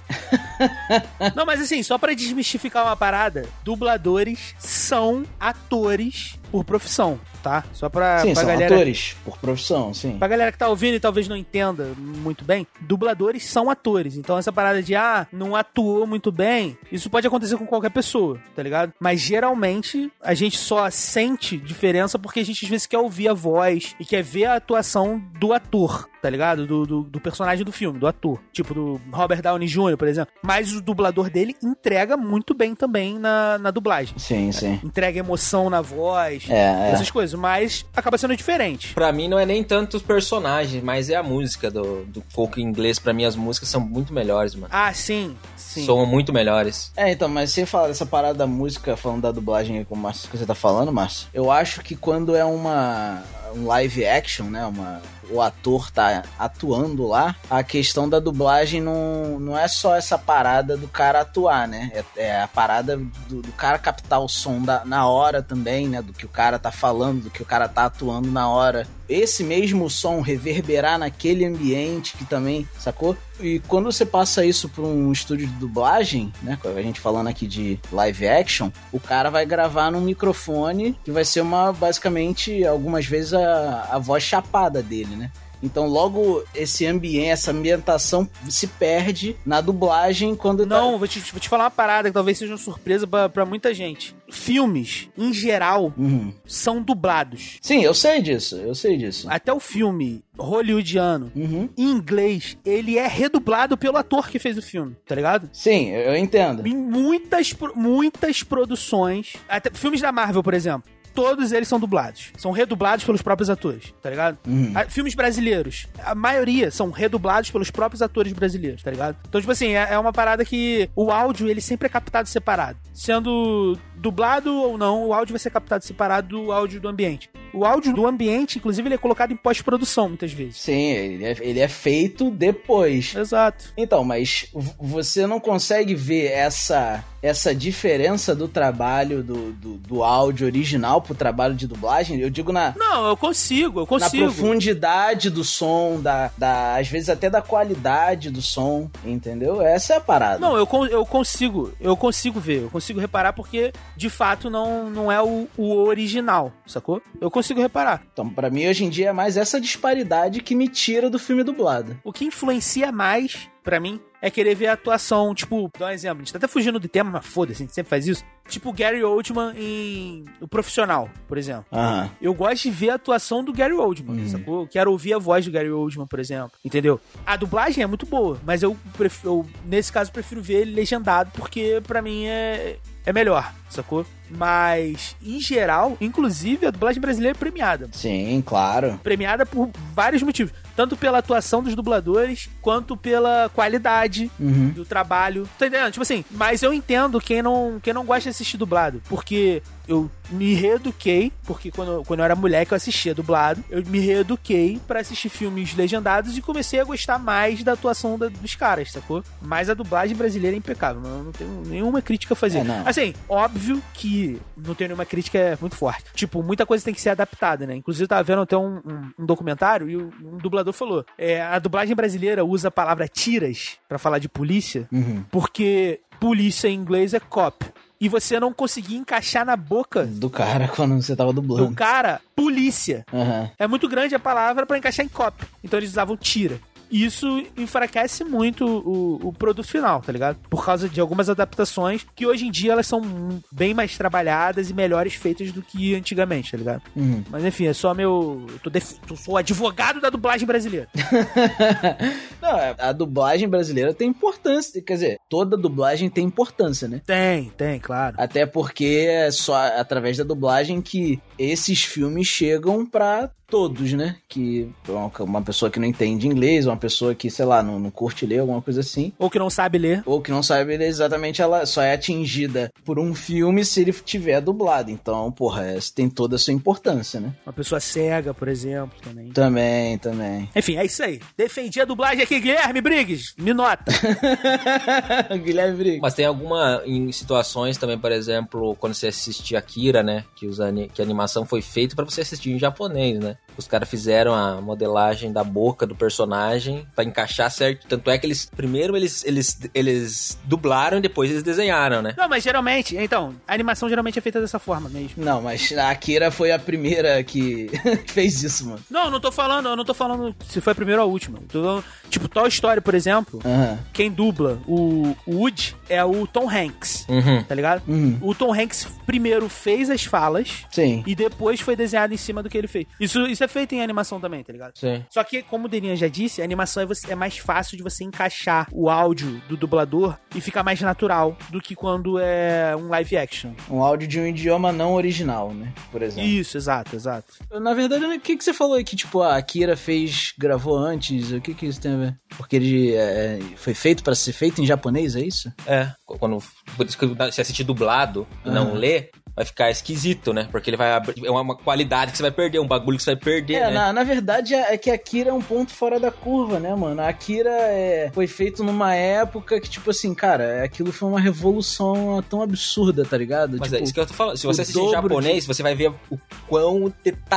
D: Não, mas assim, só pra desmistificar uma parada, dubladores são atores por profissão, tá? Só pra,
B: sim,
D: pra
B: são
D: galera.
B: atores por profissão, sim.
D: Pra galera que tá ouvindo e talvez não entenda muito bem, dubladores são atores. Então essa parada de, ah, não atuou muito bem, isso pode acontecer com qualquer pessoa, tá ligado? Mas geralmente a gente só sente diferença porque a gente às vezes quer ouvir a voz e quer ver a atuação do ator, tá ligado? Do, do, do personagem do filme, do ator. Tipo do Robert Downey Jr., por exemplo. Mas o dublador dele entrega muito bem também na, na dublagem.
B: Sim, sim.
D: Entrega emoção na voz,
B: É, é.
D: essas coisas. Mas acaba sendo diferente.
C: Pra mim não é nem tanto os personagens, mas é a música do, do folk inglês. Pra mim as músicas são muito melhores, mano.
D: Ah, sim, sim.
C: São muito melhores.
B: É, então, mas você fala dessa parada da música, falando da dublagem aí com o Márcio, que você tá falando, Márcio, eu acho que quando é uma um live action, né, uma, o ator tá atuando lá, a questão da dublagem não, não é só essa parada do cara atuar, né, é, é a parada do, do cara captar o som da- na hora também, né, do que o cara tá falando, do que o cara tá atuando na hora. Esse mesmo som reverberar naquele ambiente que também, sacou? E quando você passa isso pra um estúdio de dublagem, né? A gente falando aqui de live action, o cara vai gravar num microfone que vai ser uma, basicamente, algumas vezes a, a voz chapada dele, né? Então logo esse ambiente, essa ambientação se perde na dublagem quando tá-
D: Não, vou te, vou te falar uma parada que talvez seja uma surpresa pra, pra muita gente. Filmes, em geral,
B: Uhum.
D: são dublados.
B: Sim, eu sei disso, eu sei disso.
D: Até o filme hollywoodiano,
B: Uhum.
D: em inglês, ele é redublado pelo ator que fez o filme, tá ligado?
B: Sim, eu eu entendo.
D: Em muitas, pro- muitas produções, até filmes da Marvel, por exemplo. todos eles são dublados. São redublados pelos próprios atores, tá ligado?
E: Hum.
D: Ah, Filmes brasileiros, a maioria são redublados pelos próprios atores brasileiros, tá ligado? Então, tipo assim, é, é uma parada que o áudio, ele sempre é captado separado. Sendo dublado ou não, o áudio vai ser captado separado do áudio do ambiente. O áudio do ambiente, inclusive, ele é colocado em pós-produção, muitas vezes.
B: Sim, ele é, ele é feito depois.
D: Exato.
B: Então, mas v- você não consegue ver essa, essa diferença do trabalho do, do, do áudio original pro trabalho de dublagem? Eu digo na,
D: Não, eu consigo, eu
B: na
D: consigo.
B: profundidade do som, da, da, às vezes até da qualidade do som, entendeu? Essa é a parada.
D: Não, eu, con- eu consigo, eu consigo ver, eu consigo reparar porque de fato não, não é o, o original, sacou? Eu consigo reparar.
B: Então, pra mim, hoje em dia é mais essa disparidade que me tira do filme dublado.
D: O que influencia mais, pra mim, é querer ver a atuação, tipo, dá um exemplo, a gente tá até fugindo do tema, mas foda-se, a gente sempre faz isso. Tipo Gary Oldman em O Profissional, por exemplo.
B: Aham.
D: Eu gosto de ver a atuação do Gary Oldman, sacou? Eu Quero ouvir a voz do Gary Oldman, por exemplo, entendeu? A dublagem é muito boa, mas eu, pref- eu nesse caso, prefiro ver ele legendado, porque pra mim é, é melhor, sacou? Mas, em geral, inclusive, a dublagem brasileira é premiada.
B: Sim, claro.
D: Premiada por vários motivos. Tanto pela atuação dos dubladores, quanto pela qualidade
B: Uhum.
D: do trabalho. Tá entendendo? Tipo assim, mas eu entendo quem não, quem não gosta de assistir dublado. Porque eu me reeduquei, porque quando, quando eu era mulher que eu assistia dublado, eu me reeduquei pra assistir filmes legendados e comecei a gostar mais da atuação da- dos caras, sacou? Mas a dublagem brasileira é impecável, eu não tenho nenhuma crítica a fazer.
B: É, não.
D: Assim, óbvio que não tenho nenhuma crítica muito forte. Tipo, muita coisa tem que ser adaptada, né? Inclusive, eu tava vendo até um, um- um documentário e o- um dublador falou: é, a dublagem brasileira usa a palavra tiras pra falar de polícia,
B: Uhum.
D: porque polícia em inglês é cop. E você não conseguia encaixar na boca
B: Do cara quando você tava
D: do
B: dublando.
D: cara polícia.
B: Aham.
D: É muito grande a palavra pra encaixar em cop. Então eles usavam tira. E Isso enfraquece muito o, o produto final, tá ligado? Por causa de algumas adaptações que hoje em dia elas são bem mais trabalhadas e melhores feitas do que antigamente, tá ligado?
B: Uhum.
D: Mas enfim, é só meu. Eu, tô def- eu sou advogado da dublagem brasileira.
B: Não, é- a dublagem brasileira tem importância. Quer dizer, toda dublagem tem importância, né?
D: Tem, tem, claro.
B: Até porque é só através da dublagem que esses filmes chegam pra todos, né? Que bom, uma pessoa que não entende inglês, uma pessoa que, sei lá, não, não curte ler, alguma coisa assim.
D: Ou que não sabe ler.
B: Ou que não sabe ler exatamente, ela só é atingida por um filme se ele tiver dublado. Então, porra, essa tem toda a sua importância, né?
D: Uma pessoa cega, por exemplo, também.
B: Também, também.
D: Enfim, é isso aí. Defendi a dublagem aqui, Guilherme Briggs. Me nota.
B: Guilherme Briggs.
C: Mas tem alguma em situações também, por exemplo, quando você assistia Akira, né? Que, os ani- que a animação foi feita pra você assistir em japonês, né? Os caras fizeram a modelagem da boca do personagem pra encaixar certo. Tanto é que eles primeiro eles eles eles dublaram e depois eles desenharam, né?
D: Não, mas geralmente, então, a animação geralmente é feita dessa forma mesmo.
B: Não, mas a Akira foi a primeira que fez isso, mano.
D: Não, não tô falando, eu não tô falando se foi a primeira ou a última. Tô falando, tipo, Toy Story, por exemplo,
B: Aham.
D: quem dubla o o Woody é o Tom Hanks.
C: Uhum.
D: Tá ligado?
B: Uhum.
D: O Tom Hanks primeiro fez as falas
B: Sim.
D: e depois foi desenhado em cima do que ele fez. Isso, isso é feito em animação também, tá ligado?
C: Sim.
D: Só que, como o Denian já disse, a animação é, você- é mais fácil de você encaixar o áudio do dublador e ficar mais natural do que quando é um live action.
B: Um áudio de um idioma não original, né? Por exemplo.
D: Isso, exato, exato.
B: Na verdade, né, o que, que você falou aí que, tipo, a Akira fez, gravou antes? O que que isso tem a ver? Porque ele é, é, foi feito pra ser feito em japonês, é isso?
C: É. Quando por isso que se assistir dublado e não
B: Aham.
C: ler, vai ficar esquisito, né? Porque ele vai abrir- é uma- uma qualidade que você vai perder, um bagulho que você vai perder,
B: É,
C: né?
B: na, na verdade é é que a Akira é um ponto fora da curva, né, mano? A Akira é, foi feito numa época que, tipo assim, cara, aquilo foi uma revolução tão absurda, tá ligado?
C: Mas
B: tipo,
C: é isso que eu tô falando. Se você
B: o
C: assistir em
B: dobro
C: japonês, você vai ver o quão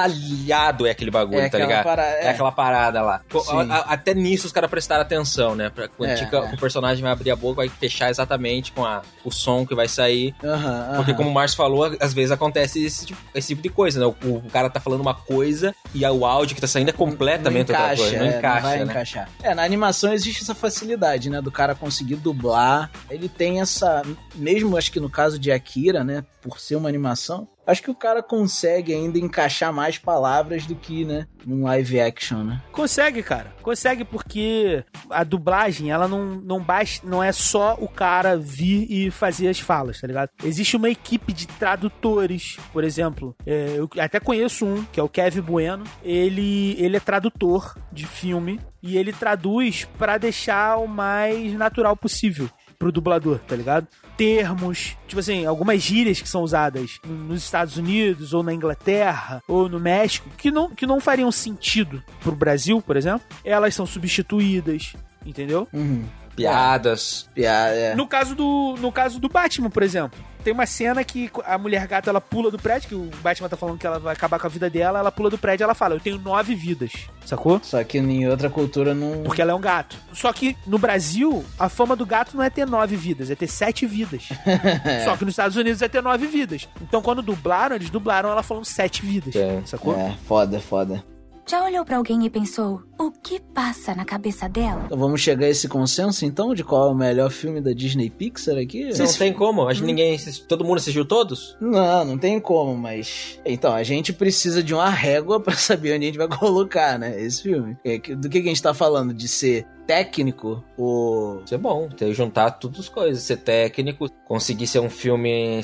C: detalhado é aquele bagulho,
B: É
C: tá
B: aquela
C: ligado?
B: para-
C: é.
B: é.
C: aquela parada lá. Co-
B: Sim.
C: a- a- até nisso os caras prestaram atenção, né? Pra, quando
B: É,
C: tica-
B: é.
C: o personagem vai abrir a boca, vai fechar exatamente com a- o som que vai sair.
B: é, Aham,
C: Porque,
B: aham.
C: como o Márcio falou, às vezes acontece esse tipo, esse tipo de coisa, né? O, o cara tá falando uma coisa e o áudio que tá saindo é completamente outra coisa. Não
B: é,
C: encaixa,
B: vai
C: né?
B: encaixar. É, na animação existe essa facilidade, né? Do cara conseguir dublar. Ele tem essa. Mesmo acho que no caso de Akira, né? Por ser uma animação. Acho que o cara consegue ainda encaixar mais palavras do que, né, num live action, né?
D: Consegue, cara. Consegue porque a dublagem, ela não, não baixa, não é só o cara vir e fazer as falas, tá ligado? Existe uma equipe de tradutores, por exemplo. É, eu até conheço um, que é o Kevin Bueno. Ele, ele é tradutor de filme e ele traduz pra deixar o mais natural possível pro dublador, tá ligado? Termos, tipo assim, algumas gírias que são usadas nos Estados Unidos, ou na Inglaterra, ou no México, que não, que não fariam sentido pro Brasil, por exemplo, elas são substituídas, entendeu?
C: Uhum. Piadas.
B: Piada, é.
D: No caso do no caso do Batman, por exemplo, tem uma cena que a mulher gata ela pula do prédio, que o Batman tá falando que ela vai acabar com a vida dela, ela pula do prédio, e ela fala: "Eu tenho nove vidas". Sacou?
B: Só que em outra cultura não.
D: Porque ela é um gato. Só que no Brasil, a fama do gato não é ter nove vidas, é ter sete vidas. Só que nos Estados Unidos é ter nove vidas. Então quando dublaram, eles dublaram ela falando sete vidas. Sacou?
B: É, foda, foda.
K: Já olhou pra alguém e pensou: o que passa na cabeça dela?
B: Então vamos chegar a esse consenso, então, de qual é o melhor filme da Disney Pixar aqui?
C: Não tem como.
B: Uhum.
C: Acho que ninguém. Todo mundo assistiu todos?
B: Não, não tem como, mas. Então, a gente precisa de uma régua pra saber onde a gente vai colocar, né? Esse filme. É que- Do que que a gente tá falando? De ser técnico ou.
C: Isso é bom, ter juntar todas as coisas, ser técnico, conseguir ser um filme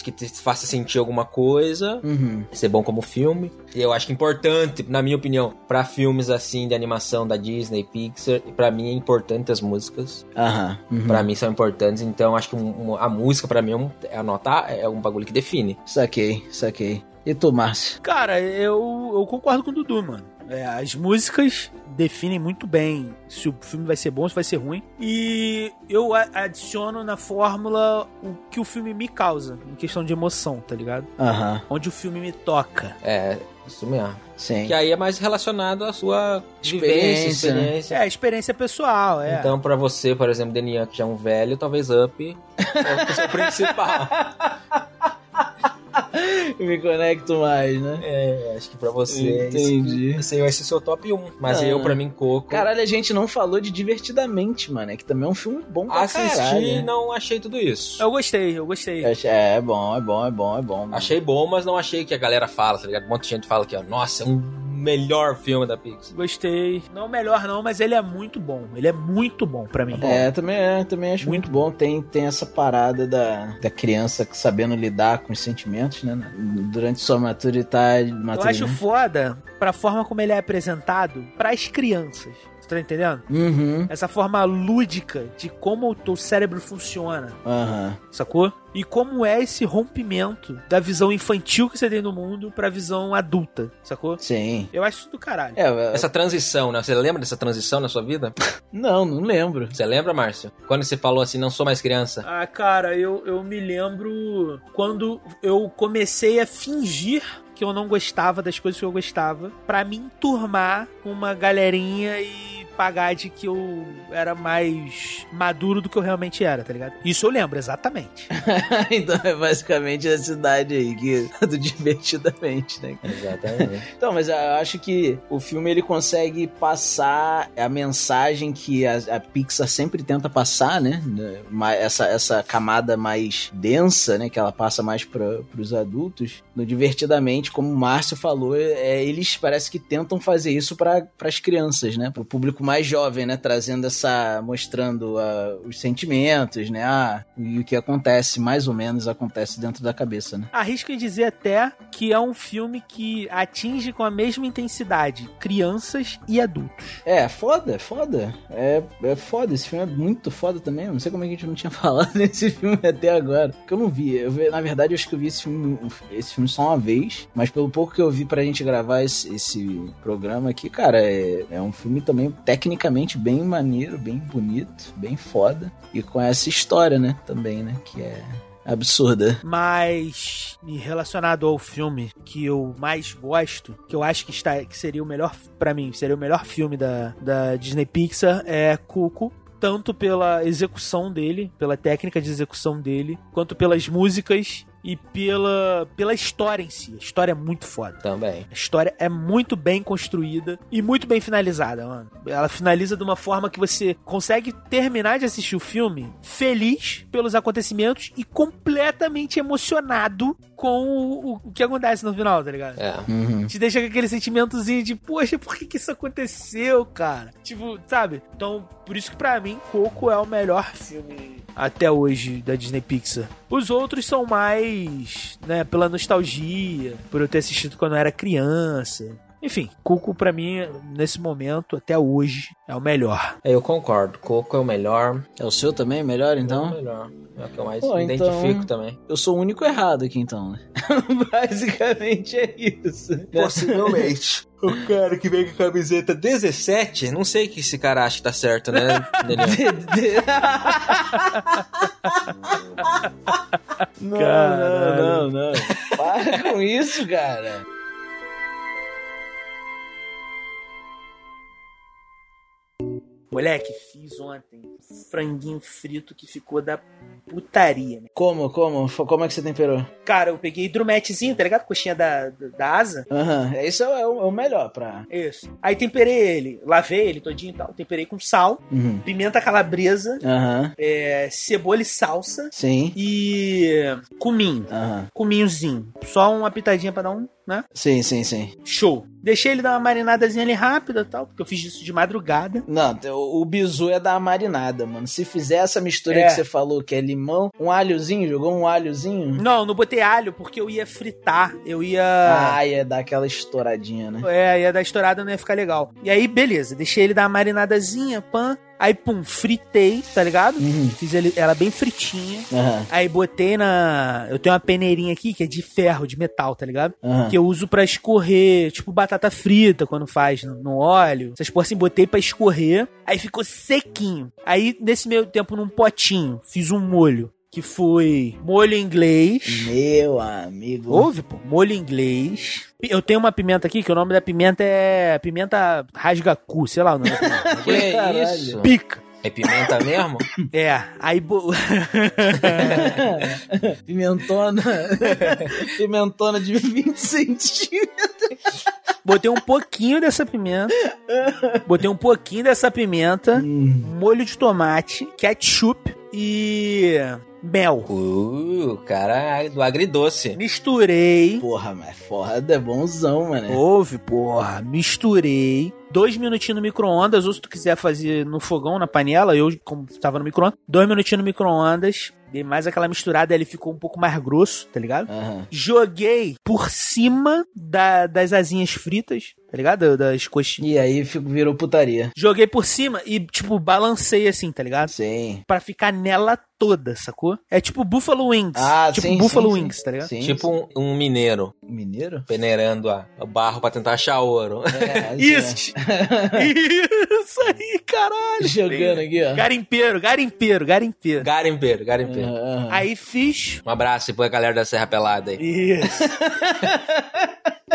C: que te faça sentir alguma coisa,
B: Uhum.
C: ser bom como filme. E eu acho que é importante, na minha opinião, pra filmes assim de animação da Disney, Pixar, pra mim é importante as músicas.
B: Aham. Uhum.
C: Pra mim são importantes, então acho que um- um- a música pra mim é, um, é anotar, é um bagulho que define.
B: Saquei, saquei. E tu, Márcio?
D: Cara, eu, eu concordo com o Dudu, mano. É, as músicas definem muito bem se o filme vai ser bom ou se vai ser ruim. E eu a- adiciono na fórmula o que o filme me causa, em questão de emoção, tá ligado?
B: Aham.
D: Onde o filme me toca.
C: É, isso mesmo.
B: Sim.
C: Que aí é mais relacionado à sua vivência, experiência.
D: É, experiência pessoal, é.
C: Então, pra você, por exemplo, Denian, que já é um velho, talvez Up é o principal.
B: Me conecto mais, né?
C: É, acho que pra você.
B: Entendi.
C: Esse, esse aí vai ser seu top 1. Mas
B: Ah.
C: eu, pra mim, Coco.
B: Caralho, a gente não falou de Divertidamente, mano. É que também é um filme bom pra
C: assisti e
B: caralho.
C: não achei tudo isso.
D: Eu gostei, eu gostei.
B: Eu achei- É, é bom, é bom, é bom, é bom. mano.
C: Achei bom, mas não achei que a galera fala, tá ligado? Um monte de gente fala que, ó, nossa, é um melhor filme da Pixar.
D: Gostei. Não o melhor não, mas ele é muito bom. Ele é muito bom pra mim.
B: É, também, é, também acho muito bom. Tem, tem essa parada da, da criança que sabendo lidar com os sentimentos, né? na- Durante sua maturidade.
D: Eu
B: maturidade.
D: acho foda pra forma como ele é apresentado pras crianças. Você tá entendendo?
B: Uhum.
D: Essa forma lúdica de como o teu cérebro funciona,
B: Aham.
D: sacou? E como é esse rompimento da visão infantil que você tem no mundo pra visão adulta, sacou?
B: Sim.
D: Eu acho isso do caralho.
B: É, eu-
C: Essa transição, né? Você lembra dessa transição na sua vida?
B: Não, não lembro.
C: Você lembra, Márcio? Quando você falou assim, não sou mais criança.
D: Ah, cara, eu, eu me lembro quando eu comecei a fingir que eu não gostava das coisas que eu gostava pra me enturmar com uma galerinha e pagar de que eu era mais maduro do que eu realmente era, tá ligado? Isso eu lembro, exatamente.
B: então é basicamente essa idade aí que, do Divertidamente, né?
C: Exatamente.
B: Então, mas eu acho que o filme ele consegue passar a mensagem que a, a Pixar sempre tenta passar, né? Ma- Essa, essa camada mais densa, né? Que ela passa mais para os adultos. No Divertidamente, como o Márcio falou, é, eles parece que tentam fazer isso para as crianças, né? Para o público mais jovem, né? Trazendo essa. mostrando ah, os sentimentos, né? Ah, e o que acontece, mais ou menos, acontece dentro da cabeça, né?
D: Arrisco em dizer até que é um filme que atinge com a mesma intensidade crianças e adultos.
B: É, foda, foda. É, é foda, esse filme é muito foda também. Eu não sei como é que a gente não tinha falado desse filme até agora. Porque eu não vi. Eu vi- na verdade, eu acho que eu vi esse filme, esse filme só uma vez. Mas pelo pouco que eu vi pra gente gravar esse, esse programa aqui, cara, é, é um filme também tecnicamente bem maneiro, bem bonito, bem foda. E com essa história, né? Também, né? Que é absurda.
D: Mas e relacionado ao filme que eu mais gosto, que eu acho que está que seria o melhor pra mim, seria o melhor filme da, da Disney Pixar é Cuco, tanto pela execução dele, pela técnica de execução dele, quanto pelas músicas e pela, pela história em si. A história é muito foda.
C: Também.
D: A história é muito bem construída e muito bem finalizada, mano. Ela finaliza de uma forma que você consegue terminar de assistir o filme feliz pelos acontecimentos e completamente emocionado com o, o- o que acontece no final, tá ligado?
C: É.
D: Te deixa com aquele sentimentozinho de, poxa, por que, que isso aconteceu, cara? Tipo, sabe? Então, por isso que pra mim, Coco é o melhor filme até hoje da Disney Pixar. Os outros são mais, né, pela nostalgia, por eu ter assistido quando eu era criança. Enfim, Coco pra mim, nesse momento, até hoje, é o melhor.
C: Eu concordo, Coco é o melhor.
B: É o seu também, melhor então?
C: É o melhor. É o que eu mais
B: Pô,
C: me
B: então-
C: identifico também.
B: Eu sou o único errado aqui então, né? Basicamente é isso.
C: Possivelmente. O cara que vem com a camiseta 17, não sei que esse cara acha que tá certo, né, Daniel?
B: Não,
C: Caralho.
B: não, não, não. Para com isso, cara.
D: Moleque, fiz ontem franguinho frito que ficou da putaria, né?
B: Como, como? Fo- Como é que você temperou?
D: Cara, eu peguei drumetezinho, tá ligado? Coxinha da, da, da asa.
B: Aham, é isso é o, é o melhor pra.
D: Isso. Aí temperei ele, lavei ele todinho e tal. Temperei com sal,
B: Uhum.
D: pimenta calabresa,
B: Aham.
D: é, cebola e salsa
B: Sim.
D: e cominho.
B: Aham.
D: Cominhozinho. Só uma pitadinha pra dar um, né?
B: Sim, sim, sim.
D: Show. Deixei ele dar uma marinadazinha ali rápida e tal, porque eu fiz isso de madrugada.
B: Não, te- o o bizu é da marinada, mano. Se fizer essa mistura
D: É.
B: que você falou, que é limão, um alhozinho, jogou um alhozinho?
D: Não, não botei alho porque eu ia fritar, eu ia...
B: Ah, ia dar aquela estouradinha, né?
D: É, ia dar estourada, não ia ficar legal. E aí, beleza, deixei ele dar uma marinadazinha, pan. Aí, pum, fritei, tá ligado? Fiz ele, ela bem fritinha.
B: Uhum. Aham.
D: Aí botei na. Eu tenho uma peneirinha aqui que é de ferro, de metal, tá ligado?
B: Aham.
D: Que eu uso pra escorrer, tipo batata frita quando faz no, no óleo. Essas porra assim, botei pra escorrer. Aí ficou sequinho. Aí, nesse meio tempo, num potinho, fiz um molho. Que foi molho inglês.
B: Meu amigo.
D: Ouve, pô. Molho inglês. Eu tenho uma pimenta aqui que o nome da pimenta é. Pimenta rasgacu, sei lá o nome. da pimenta.
C: que é
D: Caralho.
C: isso?
D: Pica.
C: É pimenta mesmo?
D: É, aí. bo-
B: Pimentona. Pimentona de 20 centímetros.
D: Botei um pouquinho dessa pimenta. Botei um pouquinho dessa pimenta.
B: Hum.
D: Molho de tomate, ketchup e. mel.
C: Uh, cara do agridoce.
D: Misturei.
B: Porra, mas é foda, é bonzão, mano.
D: Houve, porra. Misturei. Dois minutinhos no micro-ondas, ou se tu quiser fazer no fogão, na panela, eu, como tava no micro-ondas, dois minutinhos no micro-ondas, dei mais aquela misturada, ele ficou um pouco mais grosso, tá ligado? Joguei por cima da- das asinhas fritas, tá ligado? Das coxinhas.
B: E aí fico- virou putaria.
D: Joguei por cima e, tipo, balancei assim, tá ligado?
B: Sim.
D: Pra ficar nela toda, sacou? É tipo Buffalo Wings.
B: Ah,
D: tipo
B: sim,
D: Buffalo
B: sim, sim.
D: Wings, tá ligado?
B: Sim,
C: tipo um- Um, mineiro.
B: Mineiro?
C: Peneirando a, o barro pra tentar achar ouro.
B: É,
D: Isso! Isso aí, caralho!
B: Jogando aqui, ó.
D: Garimpeiro, garimpeiro, garimpeiro.
C: Garimpeiro, garimpeiro.
D: Aí fiz.
C: Um abraço e põe a galera da Serra Pelada aí.
D: Isso.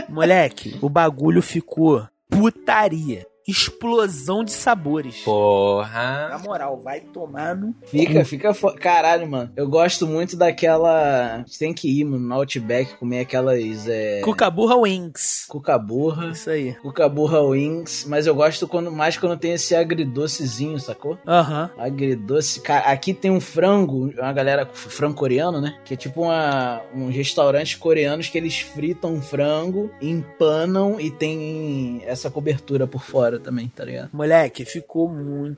D: Moleque, o bagulho ficou putaria. Explosão de sabores.
C: Porra.
D: Na moral, vai tomar no.
B: Fica, fica fo... Caralho, mano. Eu gosto muito daquela. A gente tem que ir, mano, no Outback comer aquelas. É...
D: Cucaburra Wings.
B: Cucaburra.
D: Isso aí.
B: Cucaburra Wings. Mas eu gosto quando, mais quando tem esse agridocezinho, sacou?
D: Aham.
B: Agridoce. Cara, aqui tem um frango, uma galera frango coreano, né? Que é tipo uma, um restaurante coreanos que eles fritam um frango, empanam e tem essa cobertura por fora também, tá ligado?
D: Moleque, ficou muito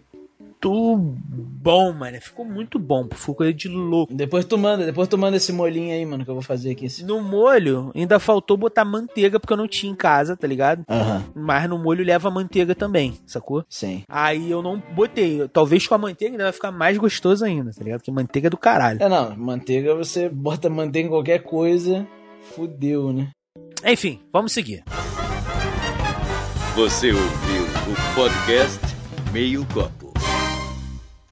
D: bom, mano. Ficou muito bom. Ficou coisa de louco.
B: Depois tu manda, depois tu manda esse molinho aí, mano, que eu vou fazer aqui. Esse...
D: No molho, ainda faltou botar manteiga, porque eu não tinha em casa, tá ligado?
B: Aham.
D: Mas no molho leva manteiga também, sacou?
B: Sim.
D: Aí eu não botei. Talvez com a manteiga ainda vai ficar mais gostoso ainda, tá ligado? Porque manteiga é do caralho.
B: É, não, manteiga você bota manteiga em qualquer coisa, fudeu, né?
D: Enfim, vamos seguir.
A: Você ouviu o podcast Meio Copo.